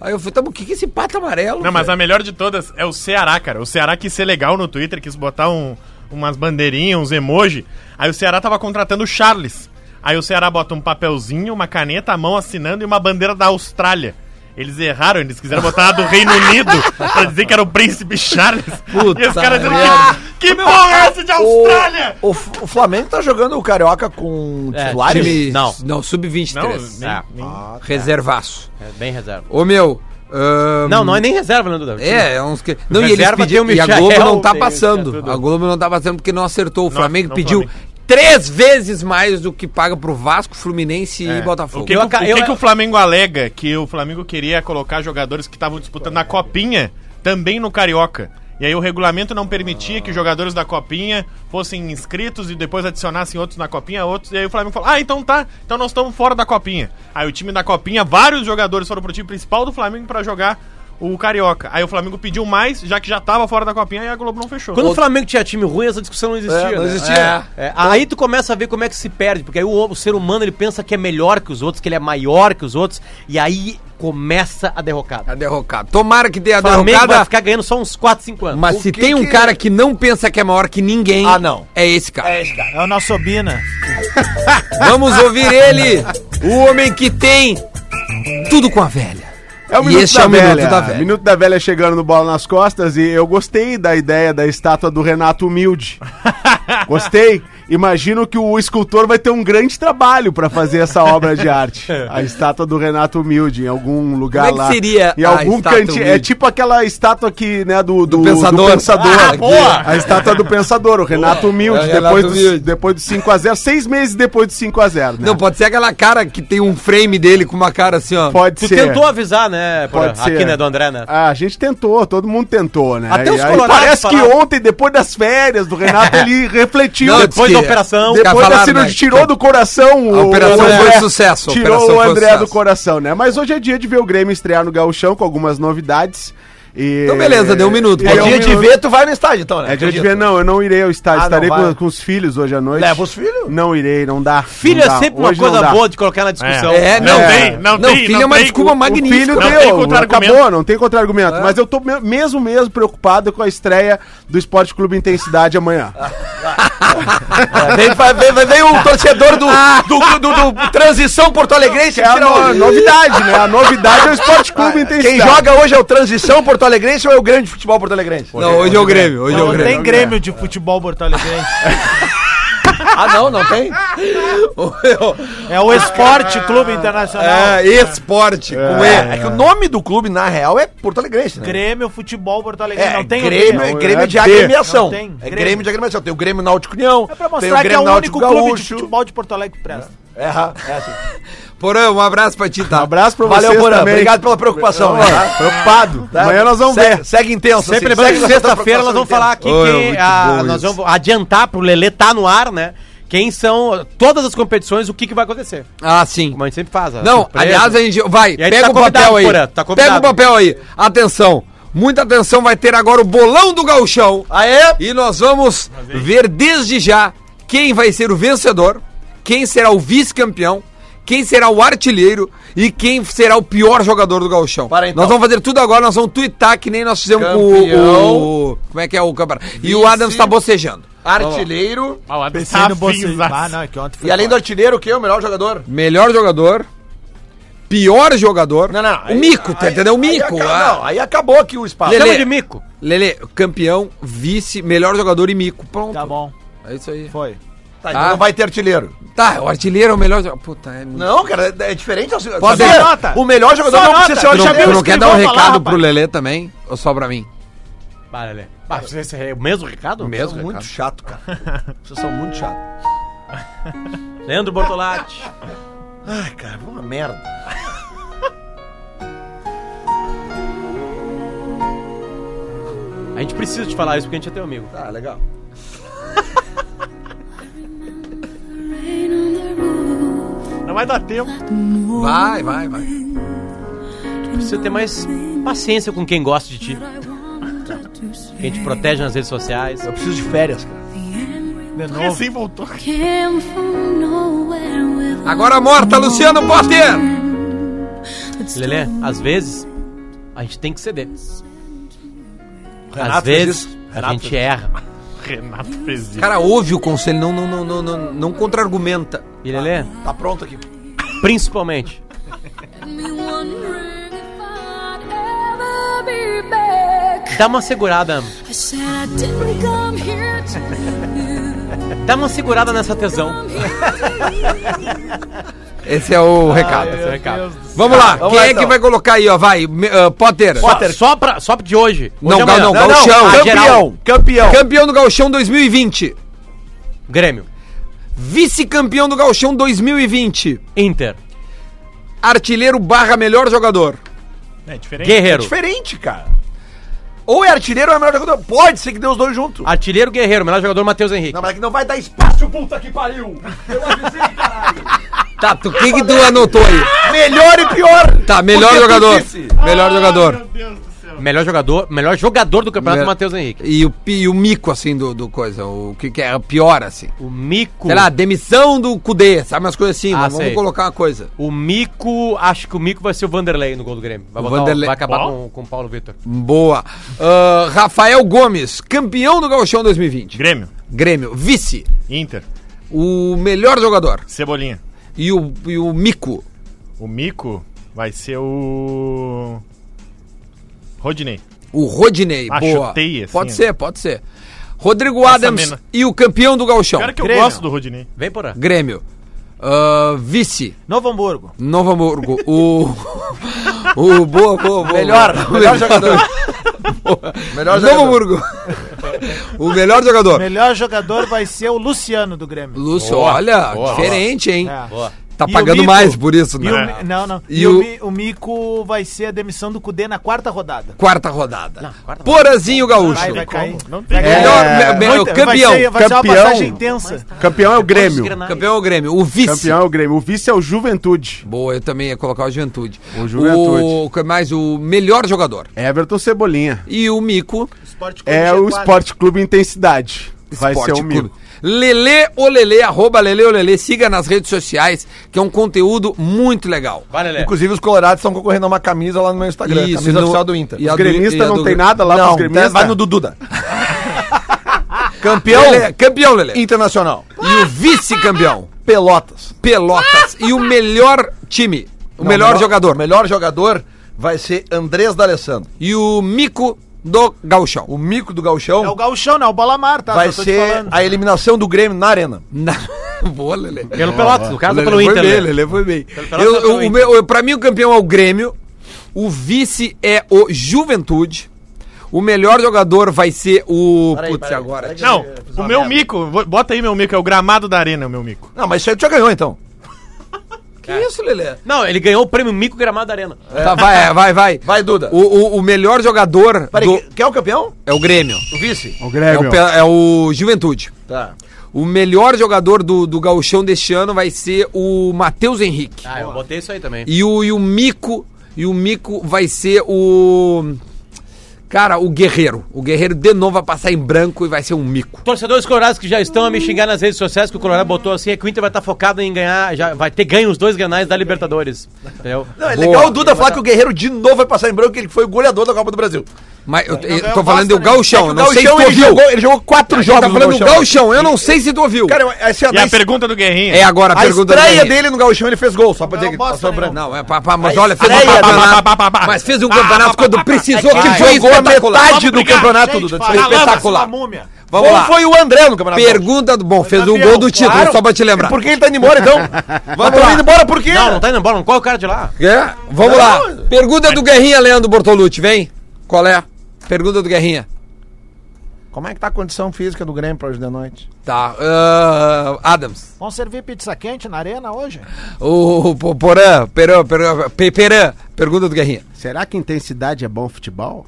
A: Aí eu falei, tá, mas o que, que é esse pato amarelo?
E: Não, mas a
A: velho?"
E: melhor de todas é o Ceará, cara. O Ceará quis ser legal no Twitter, quis botar um- umas bandeirinhas, uns emoji. Aí o Ceará tava contratando o Charles. Aí o Ceará bota um papelzinho, uma caneta, a mão assinando e uma bandeira da Austrália. Eles erraram, eles quiseram botar a do Reino Unido pra dizer que era o Príncipe Charles.
H: Puta
E: e os caras dizendo
H: merda.
E: que, que porra é essa de Austrália?
C: O, o F- o Flamengo tá jogando o Carioca com
H: É,
C: titulares?
H: time-
F: Não.
A: Não,
E: Não,
A: sub-23.
E: nem,
F: É.
E: nem-
A: Reservaço.
F: É bem reserva.
A: Ô, meu. ahn,
F: Não, não é nem reserva, Leandro. Duda.
A: É, é uns que. Não, e eles
F: Reserva
A: pediram.
F: tem o
A: E a
F: Michael,
A: Globo não tá
F: tem-
A: passando.
F: é tudo.
A: a Globo não tá passando porque não acertou. O
E: Não,
A: Flamengo
E: não,
A: pediu
E: Flamengo.
A: três vezes mais do que paga pro Vasco, Fluminense e
E: É, O
A: Botafogo.
E: que, que
F: Eu
E: o-
F: aca-
E: o que
F: eu-
E: que o Flamengo alega? Que o Flamengo queria colocar jogadores que estavam disputando na Copinha também no Carioca. E aí o regulamento não permitia que os jogadores da Copinha fossem inscritos e depois adicionassem outros na Copinha, outros. E aí o Flamengo falou: Ah, então tá, então nós estamos fora da Copinha. Aí o time da Copinha, vários jogadores foram pro time principal do Flamengo pra jogar o Carioca. Aí o Flamengo pediu mais, já que já tava fora da Copinha e a Globo não fechou.
F: Quando o Flamengo tinha time ruim, essa discussão não existia.
C: É, não
F: né?
C: existia.
F: É, é. Aí tu começa a ver como é que se perde, porque aí o, o ser humano ele pensa que é melhor que os outros, que ele é maior que os outros, e aí começa a derrocada.
A: A derrocada. Tomara que dê a
F: O Flamengo vai
A: derrocada.
F: ficar ganhando só uns 4, 5 anos.
A: Mas se
C: que
A: tem um
C: que-
A: cara que não pensa que é maior que ninguém.
C: Ah, não.
A: É esse cara.
D: É o nosso Obina.
A: Vamos ouvir ele, o homem que tem tudo com a velha.
B: É o
A: E
B: Minuto,
A: esse
B: da,
A: é o
B: velha.
A: Minuto da Velha.
B: Minuto da Velha chegando no Bola nas Costas e eu gostei da ideia da estátua do Renato Humilde. gostei. Imagino que o escultor vai ter um grande trabalho pra fazer essa obra de arte.
F: É.
B: A estátua do Renato Humilde em algum
A: Como
B: lugar
A: é que
B: lá.
A: seria
B: Em
A: a
B: algum
A: estátua
B: cantinho. É
A: humilde?
B: tipo aquela estátua que, né, do, do,
A: pensador.
B: do pensador.
A: Ah,
B: Aqui.
A: boa!
B: A estátua do pensador, o Renato Humilde,
A: É, Renato
B: depois, do,
A: Humilde.
B: depois do 5x0, seis meses depois do 5x0, né?
A: Não, pode ser aquela cara que tem um frame dele com uma cara assim, ó.
B: pode
F: tu tentou avisar, né, Porã?
B: Pode ser.
F: aqui, né, do André, né?
B: Ah, a gente tentou, todo mundo tentou, né?
F: Até os
B: E aí
F: colorados
B: Parece que
F: falaram.
B: ontem, depois das férias do Renato, ele refletiu.
A: Não,
B: depois
F: Depois da
A: que-
F: operação,
A: de-
B: depois
A: falaram,
B: da cirurgia,
A: né?
B: tirou do coração
A: A operação foi um sucesso, a
B: Tirou
A: operação
B: o
A: foi um
B: André
A: sucesso.
B: do coração, né? Mas hoje é dia de ver o Grêmio estrear no Gauchão com algumas novidades. e-
A: Então beleza, deu um minuto.
B: E
A: É
B: deu um
C: Dia de
B: minuto.
C: ver, tu vai no estádio, então, né?
B: É dia de
C: Acredito.
B: ver, não, eu não irei ao estádio.
C: Ah,
B: Estarei
C: não vai. É,
B: com, com os filhos hoje à noite.
C: Leva os filhos?
B: Não irei, não dá.
F: Filho
B: não
F: é
B: dá.
F: sempre uma
B: Hoje não
F: coisa
B: dá.
F: boa de colocar na discussão.
A: É,
E: Não,
A: não.
E: tem, não,
A: Não,
E: tem.
A: filho é uma
E: tem.
A: desculpa
E: O-
A: mais-
B: O
A: Magnífico.
B: filho
E: Não tem
B: deu,
E: contra-argumento.
B: acabou, não tem contra-argumento. Mas eu tô me- mesmo, mesmo preocupado com a estreia do Esporte Clube Intensidade amanhã.
C: É, vem, vai- vem- vai- vem o torcedor do,
A: Ah.
C: do, do- do- do Transição Porto Alegrense.
B: Que é a
C: tira
B: no-
C: o-
B: novidade, né? A novidade é o Esporte Clube Intensidade.
C: Quem joga hoje é o Transição Porto Alegrense ou é o Grande Futebol Porto Alegrense?
A: Não, hoje é o Grêmio, hoje é o
D: Não tem
A: Grêmio.
D: Grêmio de futebol Porto Alegrense.
C: Ah, não, não tem?
D: É o Esporte Clube Internacional.
A: É, esporte, com E.
C: É, que o nome do clube, na real, é Porto Alegrense, né?
D: Grêmio Futebol Porto Alegrense.
C: É,
D: não tem
C: Grêmio,
D: outro.
C: é Grêmio
B: É
C: de
B: B.
C: agremiação.
D: Não tem,
C: É
D: Grêmio.
C: Grêmio de agremiação. Tem o Grêmio Náutico União,
D: É pra
C: tem o
D: mostrar que é
C: Grêmio
D: o
C: Náutico
D: único clube de
C: Gaúcho.
D: futebol de Porto Alegre que presta.
C: É, é assim.
A: Porã, um abraço pra ti, tá?
B: Um abraço pra
C: Valeu,
B: vocês
C: Porã.
B: também.
C: Obrigado pela preocupação. né?
B: Preocupado.
C: Tá?
B: Amanhã nós vamos
C: Segue-
B: ver.
C: Segue intenso. assim,
F: Sempre lembrando
C: segue
F: que
C: nessa
F: sexta-feira
C: preocupação
F: nós vamos
C: intensa.
B: um
F: falar aqui
A: Ô, é
F: quem
A: muito
F: a-
A: bom
F: nós
A: isso.
F: vamos adiantar pro Lelê tá no ar, né? Quem são todas as competições, o que, que vai acontecer?
A: Ah, sim.
F: Como a gente sempre faz. a
A: Não,
F: surpresa.
A: aliás, a gente. Vai,
F: E aí
A: pega
F: tá
A: o papel
F: convidado,
A: aí.
F: Porã, tá
A: pega o
F: convidado.
A: papel aí. Atenção. Muita atenção, vai ter agora o bolão do gauchão.
C: Aê!
A: E nós vamos ver desde já quem vai ser o vencedor, quem será o vice-campeão, quem será o artilheiro e quem será o pior jogador do gauchão.
C: Para, então.
A: Nós vamos fazer tudo agora, nós vamos twittar que nem nós fizemos com o,
C: Campeão.
A: o... Como é que é o campeonato? E o Adams tá bocejando.
C: Artilheiro.
E: Ah, lá,
D: Pensei
E: tá
D: no Bolsonaro.
E: finzaço.
D: Ah, não, é que ontem foi
C: E além do artilheiro, o que? O melhor jogador?
A: Melhor jogador, pior jogador,
C: Não, não,
A: o
C: aí-
A: mico, tá entendendo? O mico.
C: Aí,
A: ah.
C: acabou, não, aí acabou aqui o espaço.
A: Lelê.
F: Chama de mico.
A: Lele, campeão, vice, melhor jogador e mico. Pronto.
D: Tá bom,
A: É isso aí. Ah,
D: foi.
C: Tá, então não vai ter artilheiro.
A: Tá, o artilheiro é o melhor jogador. Puta, é muito.
C: Não, cara, é é diferente. Pode
A: Pode
D: ser.
C: O melhor jogador
D: Só
C: não
D: nota.
C: precisa ser o
D: Eu
A: Tu não,
D: chamei
A: tu
D: o
C: artilheiro.
A: não quer dar um
D: escrivão pra lá,
A: recado
D: rapaz.
A: pro Lelê também? Ou só pra mim?
F: Bah, Lelê. Bah, esse é o mesmo recado?
A: O mesmo
C: Muito
A: recado.
C: chato, cara. Vocês são muito chato.
F: Leandro Bortolatti.
C: Ai, cara, uma merda.
F: A gente precisa te falar isso porque a gente é teu amigo.
C: Tá, legal.
E: Não vai dar tempo.
A: Vai, vai, vai.
F: Precisa ter mais paciência com quem gosta de ti. Quem te protege nas redes sociais.
C: Eu preciso de férias, cara.
D: De
E: Porque
D: novo.
E: assim voltou.
A: Agora morta, Luciano Potter!
F: Lelê, às vezes a gente tem que ceder.
C: Renato
F: Às
C: fez
F: vezes
C: isso.
F: a
C: Renato
F: gente erra.
E: Renato fez isso.
A: Cara, ouve o conselho, não, não, não, não, não, não contra-argumenta.
F: E Lelê,
C: Tá pronto aqui.
F: principalmente, Dá uma segurada.
H: I said I didn't come here to leave
F: Dá uma segurada nessa tesão.
H: you.
A: Esse é o recado.
F: Esse é o recado.
A: Vamos lá,
C: Vamos
A: quem
C: lá,
A: é que
C: então.
A: vai colocar aí, ó? Vai, me- ah, Potter.
F: Só, só, pra, só de hoje.
A: Não,
F: Hoje é
A: Gal-
F: amanhã.
A: não,
F: não,
A: Galchão.
F: não, a geral.
C: Campeão, campeão.
A: Campeão do Gauchão 2020.
F: Grêmio.
A: Vice-campeão do Gauchão 2020.
F: Inter.
A: Artilheiro barra melhor jogador.
E: É diferente.
F: Guerreiro.
C: Diferente, cara. Ou é artilheiro ou é melhor jogador. Pode ser que dê os dois juntos.
F: Artilheiro Guerreiro, melhor jogador Matheus Henrique.
C: Não, mas é que não vai dar espaço, puta que pariu. Eu avisei, caralho.
A: Tá, tu- o que, que tu anotou aí?
C: Melhor e pior.
A: Tá, melhor
C: Porque é tu
A: jogador.
C: disse.
A: Melhor jogador.
F: Melhor jogador, melhor jogador do campeonato
A: Mel-
F: Matheus Henrique.
A: E o, pi- e o mico, assim, do, do coisa. O que, que é o pior, assim.
F: O Mico.
A: Sei lá, demissão do Cudê, sabe umas coisas assim.
F: Ah,
A: mas vamos
F: sei.
A: colocar uma coisa.
F: O Mico, acho que o Mico vai ser o Vanderlei no gol do Grêmio. Vai,
A: O
F: botar o-
A: Vanderlei.
F: vai acabar
E: Ó.
F: com, com o Paulo Vitor.
A: Boa. Ah, Rafael Gomes, campeão do Gauchão 2020.
E: Grêmio.
A: Grêmio, vice.
E: Inter.
A: O melhor jogador.
E: Cebolinha.
A: E o, e o mico.
E: O Mico vai ser o. Rodinei.
A: O Rodinei,
E: Ah,
A: boa.
E: chutei, assim,
A: pode
E: ó.
A: ser, pode ser. Rodrigo
E: Essa
A: Adams
E: mina.
A: e o campeão do Gauchão.
E: Cara que eu
D: Grêmio.
E: gosto do Rodinei.
F: Vem por aí.
A: Grêmio. Ah, vice,
D: Novo Hamburgo.
A: Novo Hamburgo. O. o boa, boa, boa.
C: Melhor,
A: boa.
C: melhor jogador.
A: Boa.
C: Melhor
A: Novo
C: jogador.
A: Hamburgo. o melhor jogador.
D: Melhor jogador vai ser o Luciano do Grêmio.
A: Lúcio,
F: Boa,
A: olha,
F: boa.
A: diferente, hein?
D: É.
A: Tá
D: E o
A: pagando
D: Mico?
A: mais por isso,
D: E
A: né?
D: o,
E: É.
D: Mi- não, não.
A: E
D: E, o,
A: o-
D: Mi- o Mico vai ser a demissão do Cudê na quarta rodada.
A: Quarta rodada.
F: quarta
A: Porazinho Gaúcho.
D: Vai, vai cair.
E: Não tem
B: É,
A: Melhor, me- me-
D: Muita-
A: campeão.
D: Vai ser, vai ser uma
B: campeão.
D: passagem intensa.
B: Campeão é o Grêmio.
F: Grêmio.
A: Campeão é o Grêmio. O vice.
B: Campeão é o Grêmio. O vice é o Juventude.
A: Boa, eu também ia colocar o Juventude.
B: O Juventude.
A: O que mais? O melhor jogador.
B: Everton Cebolinha.
A: E o Mico.
D: Esporte Clube
B: É o
D: G4.
B: Esporte Clube Intensidade. Vai ser o Mico.
A: Lele Olele, arroba Lele Olele, siga nas redes sociais, que é um conteúdo muito legal.
F: Vai, Lelé.
C: É. Inclusive, os colorados estão concorrendo a uma camisa lá no meu Instagram.
A: Isso,
C: camisa
A: no-
C: oficial do Inter.
A: e a
B: Os
A: do- e a
B: gremistas
A: do-
B: não tem nada lá
C: Não, tá,
B: pros gremistas?
C: vai no Dududa.
A: Campeão? Lelê, campeão, Lele.
C: é Internacional.
A: E o vice-campeão,
C: Pelotas.
A: Pelotas. E o melhor time, o
C: Não,
A: melhor jogador.
C: O melhor jogador vai ser Andrés D'Alessandro.
A: E o Mico do Gauchão.
C: O mico do Galchão
D: É o Gauchão, não, é o Bola Mar, tá?
C: vai
D: Só tô te
C: ser
D: falando.
C: a eliminação do Grêmio na Arena.
A: Na... Boa, Lele.
F: Pelo Pelotas, no caso
A: Lelê
F: pelo
A: foi
F: Inter.
A: bem,
F: né?
A: Lelê foi bem.
F: Pelotas
A: Eu-
F: foi pelo
A: eu- o
F: Inter.
A: meu- eu- pra mim, o campeão é o Grêmio. O vice é o Juventude. O melhor jogador vai ser o. Putz, agora.
E: Não, o meu mico, vou- bota aí meu mico, é o gramado da arena, o meu mico.
C: Não, mas isso aí tu já ganhou, então.
A: Que isso, Lelê?
F: Não, ele ganhou o prêmio Mico Gramado da Arena.
A: Tá, vai, é, vai, vai.
C: Vai, Duda.
A: O, o, o melhor jogador
C: Peraí,
A: do-
C: que- quem é o campeão?
A: é o Grêmio.
C: O vice.
B: O
A: É,
B: Grêmio.
A: o, Pe- é o Juventude.
C: Tá.
A: O melhor jogador do, do gauchão deste ano vai ser o Matheus Henrique.
F: Ah, eu botei isso aí também.
A: E o, e o Mico. E o Mico vai ser o. Cara, o Guerreiro. O Guerreiro de novo vai passar em branco e vai ser um Mico.
F: Torcedores colorados que já estão a me xingar nas redes sociais, que o Colorado botou assim, é que o Inter vai estar focado em ganhar, já vai ter ganho os dois granais da Libertadores. Entendeu?
C: Não, é
A: Boa.
C: legal o Duda falar que o Guerreiro de novo vai passar em branco, que ele foi o goleador da Copa do Brasil.
A: Mas eu, eu
D: ganhou
A: tô falando
D: bosta
A: do gauchão,
C: um É que o
A: não sei se tu
C: ele
A: ouviu.
C: jogou, É, ele jogou quatro
A: Tá
C: jogos no
A: falando do gauchão, eu não sei se tu ouviu.
C: um Cara, eu- essa é a,
E: E
C: da
E: a
C: es-
E: pergunta do Guerrinha.
A: É agora a
C: a
A: pergunta do
C: estreia
A: Daniel.
C: dele no gauchão, ele fez gol, só pra dizer que
D: bosta
C: passou branco.
A: Não, é pá, pá, mas olha, fez
C: estreia
A: um pá, pá,
C: dele.
A: pá,
E: Pá, pá, pá.
A: mas fez
C: Ah,
A: um campeonato quando precisou que
C: Ele
A: foi
C: É jogou a
A: espetacular.
C: metade do
E: brigar.
C: campeonato,
D: Gente,
C: Duda.
D: fala,
C: Foi
D: lama,
C: espetacular.
D: sua múmia.
A: Vamos
C: Como
A: lá.
C: foi o André no campeonato?
A: Pergunta do. Bom, fez o
D: campeão,
A: gol do título,
C: Claro.
A: só pra te lembrar.
C: Por que ele tá indo embora, então? Vamos lá. indo embora por quê?
F: Não, não tá indo embora, não. Qual é o cara de lá?
A: É, vamos lá. Pergunta do Guerrinha, Leandro Bortolucci, vem. Qual é? Pergunta do Guerrinha.
C: Como é que tá a condição física do Grêmio pra hoje da noite?
A: Tá. ah, Adams.
D: Vão servir pizza quente na arena hoje?
A: O, o Porã, Perã, Perã, Pe- Perã. Pergunta do Guerrinha.
B: Será que intensidade é bom futebol?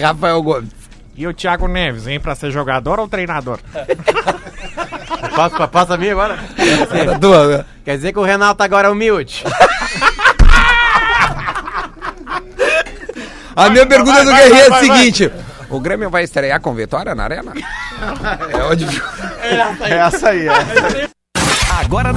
A: Rafael Gomes.
E: E o Thiago Neves, hein, pra ser jogador ou treinador?
F: Passa, passa a mim agora.
A: Era tua, né?
F: Quer dizer que o Renato agora é humilde.
A: A minha pergunta
E: vai,
A: do
E: vai,
A: Guerrinha
E: vai,
A: é a
E: vai,
A: seguinte. O Grêmio vai estrear com vitória na arena? é onde...
B: É essa aí, é.
G: Agora na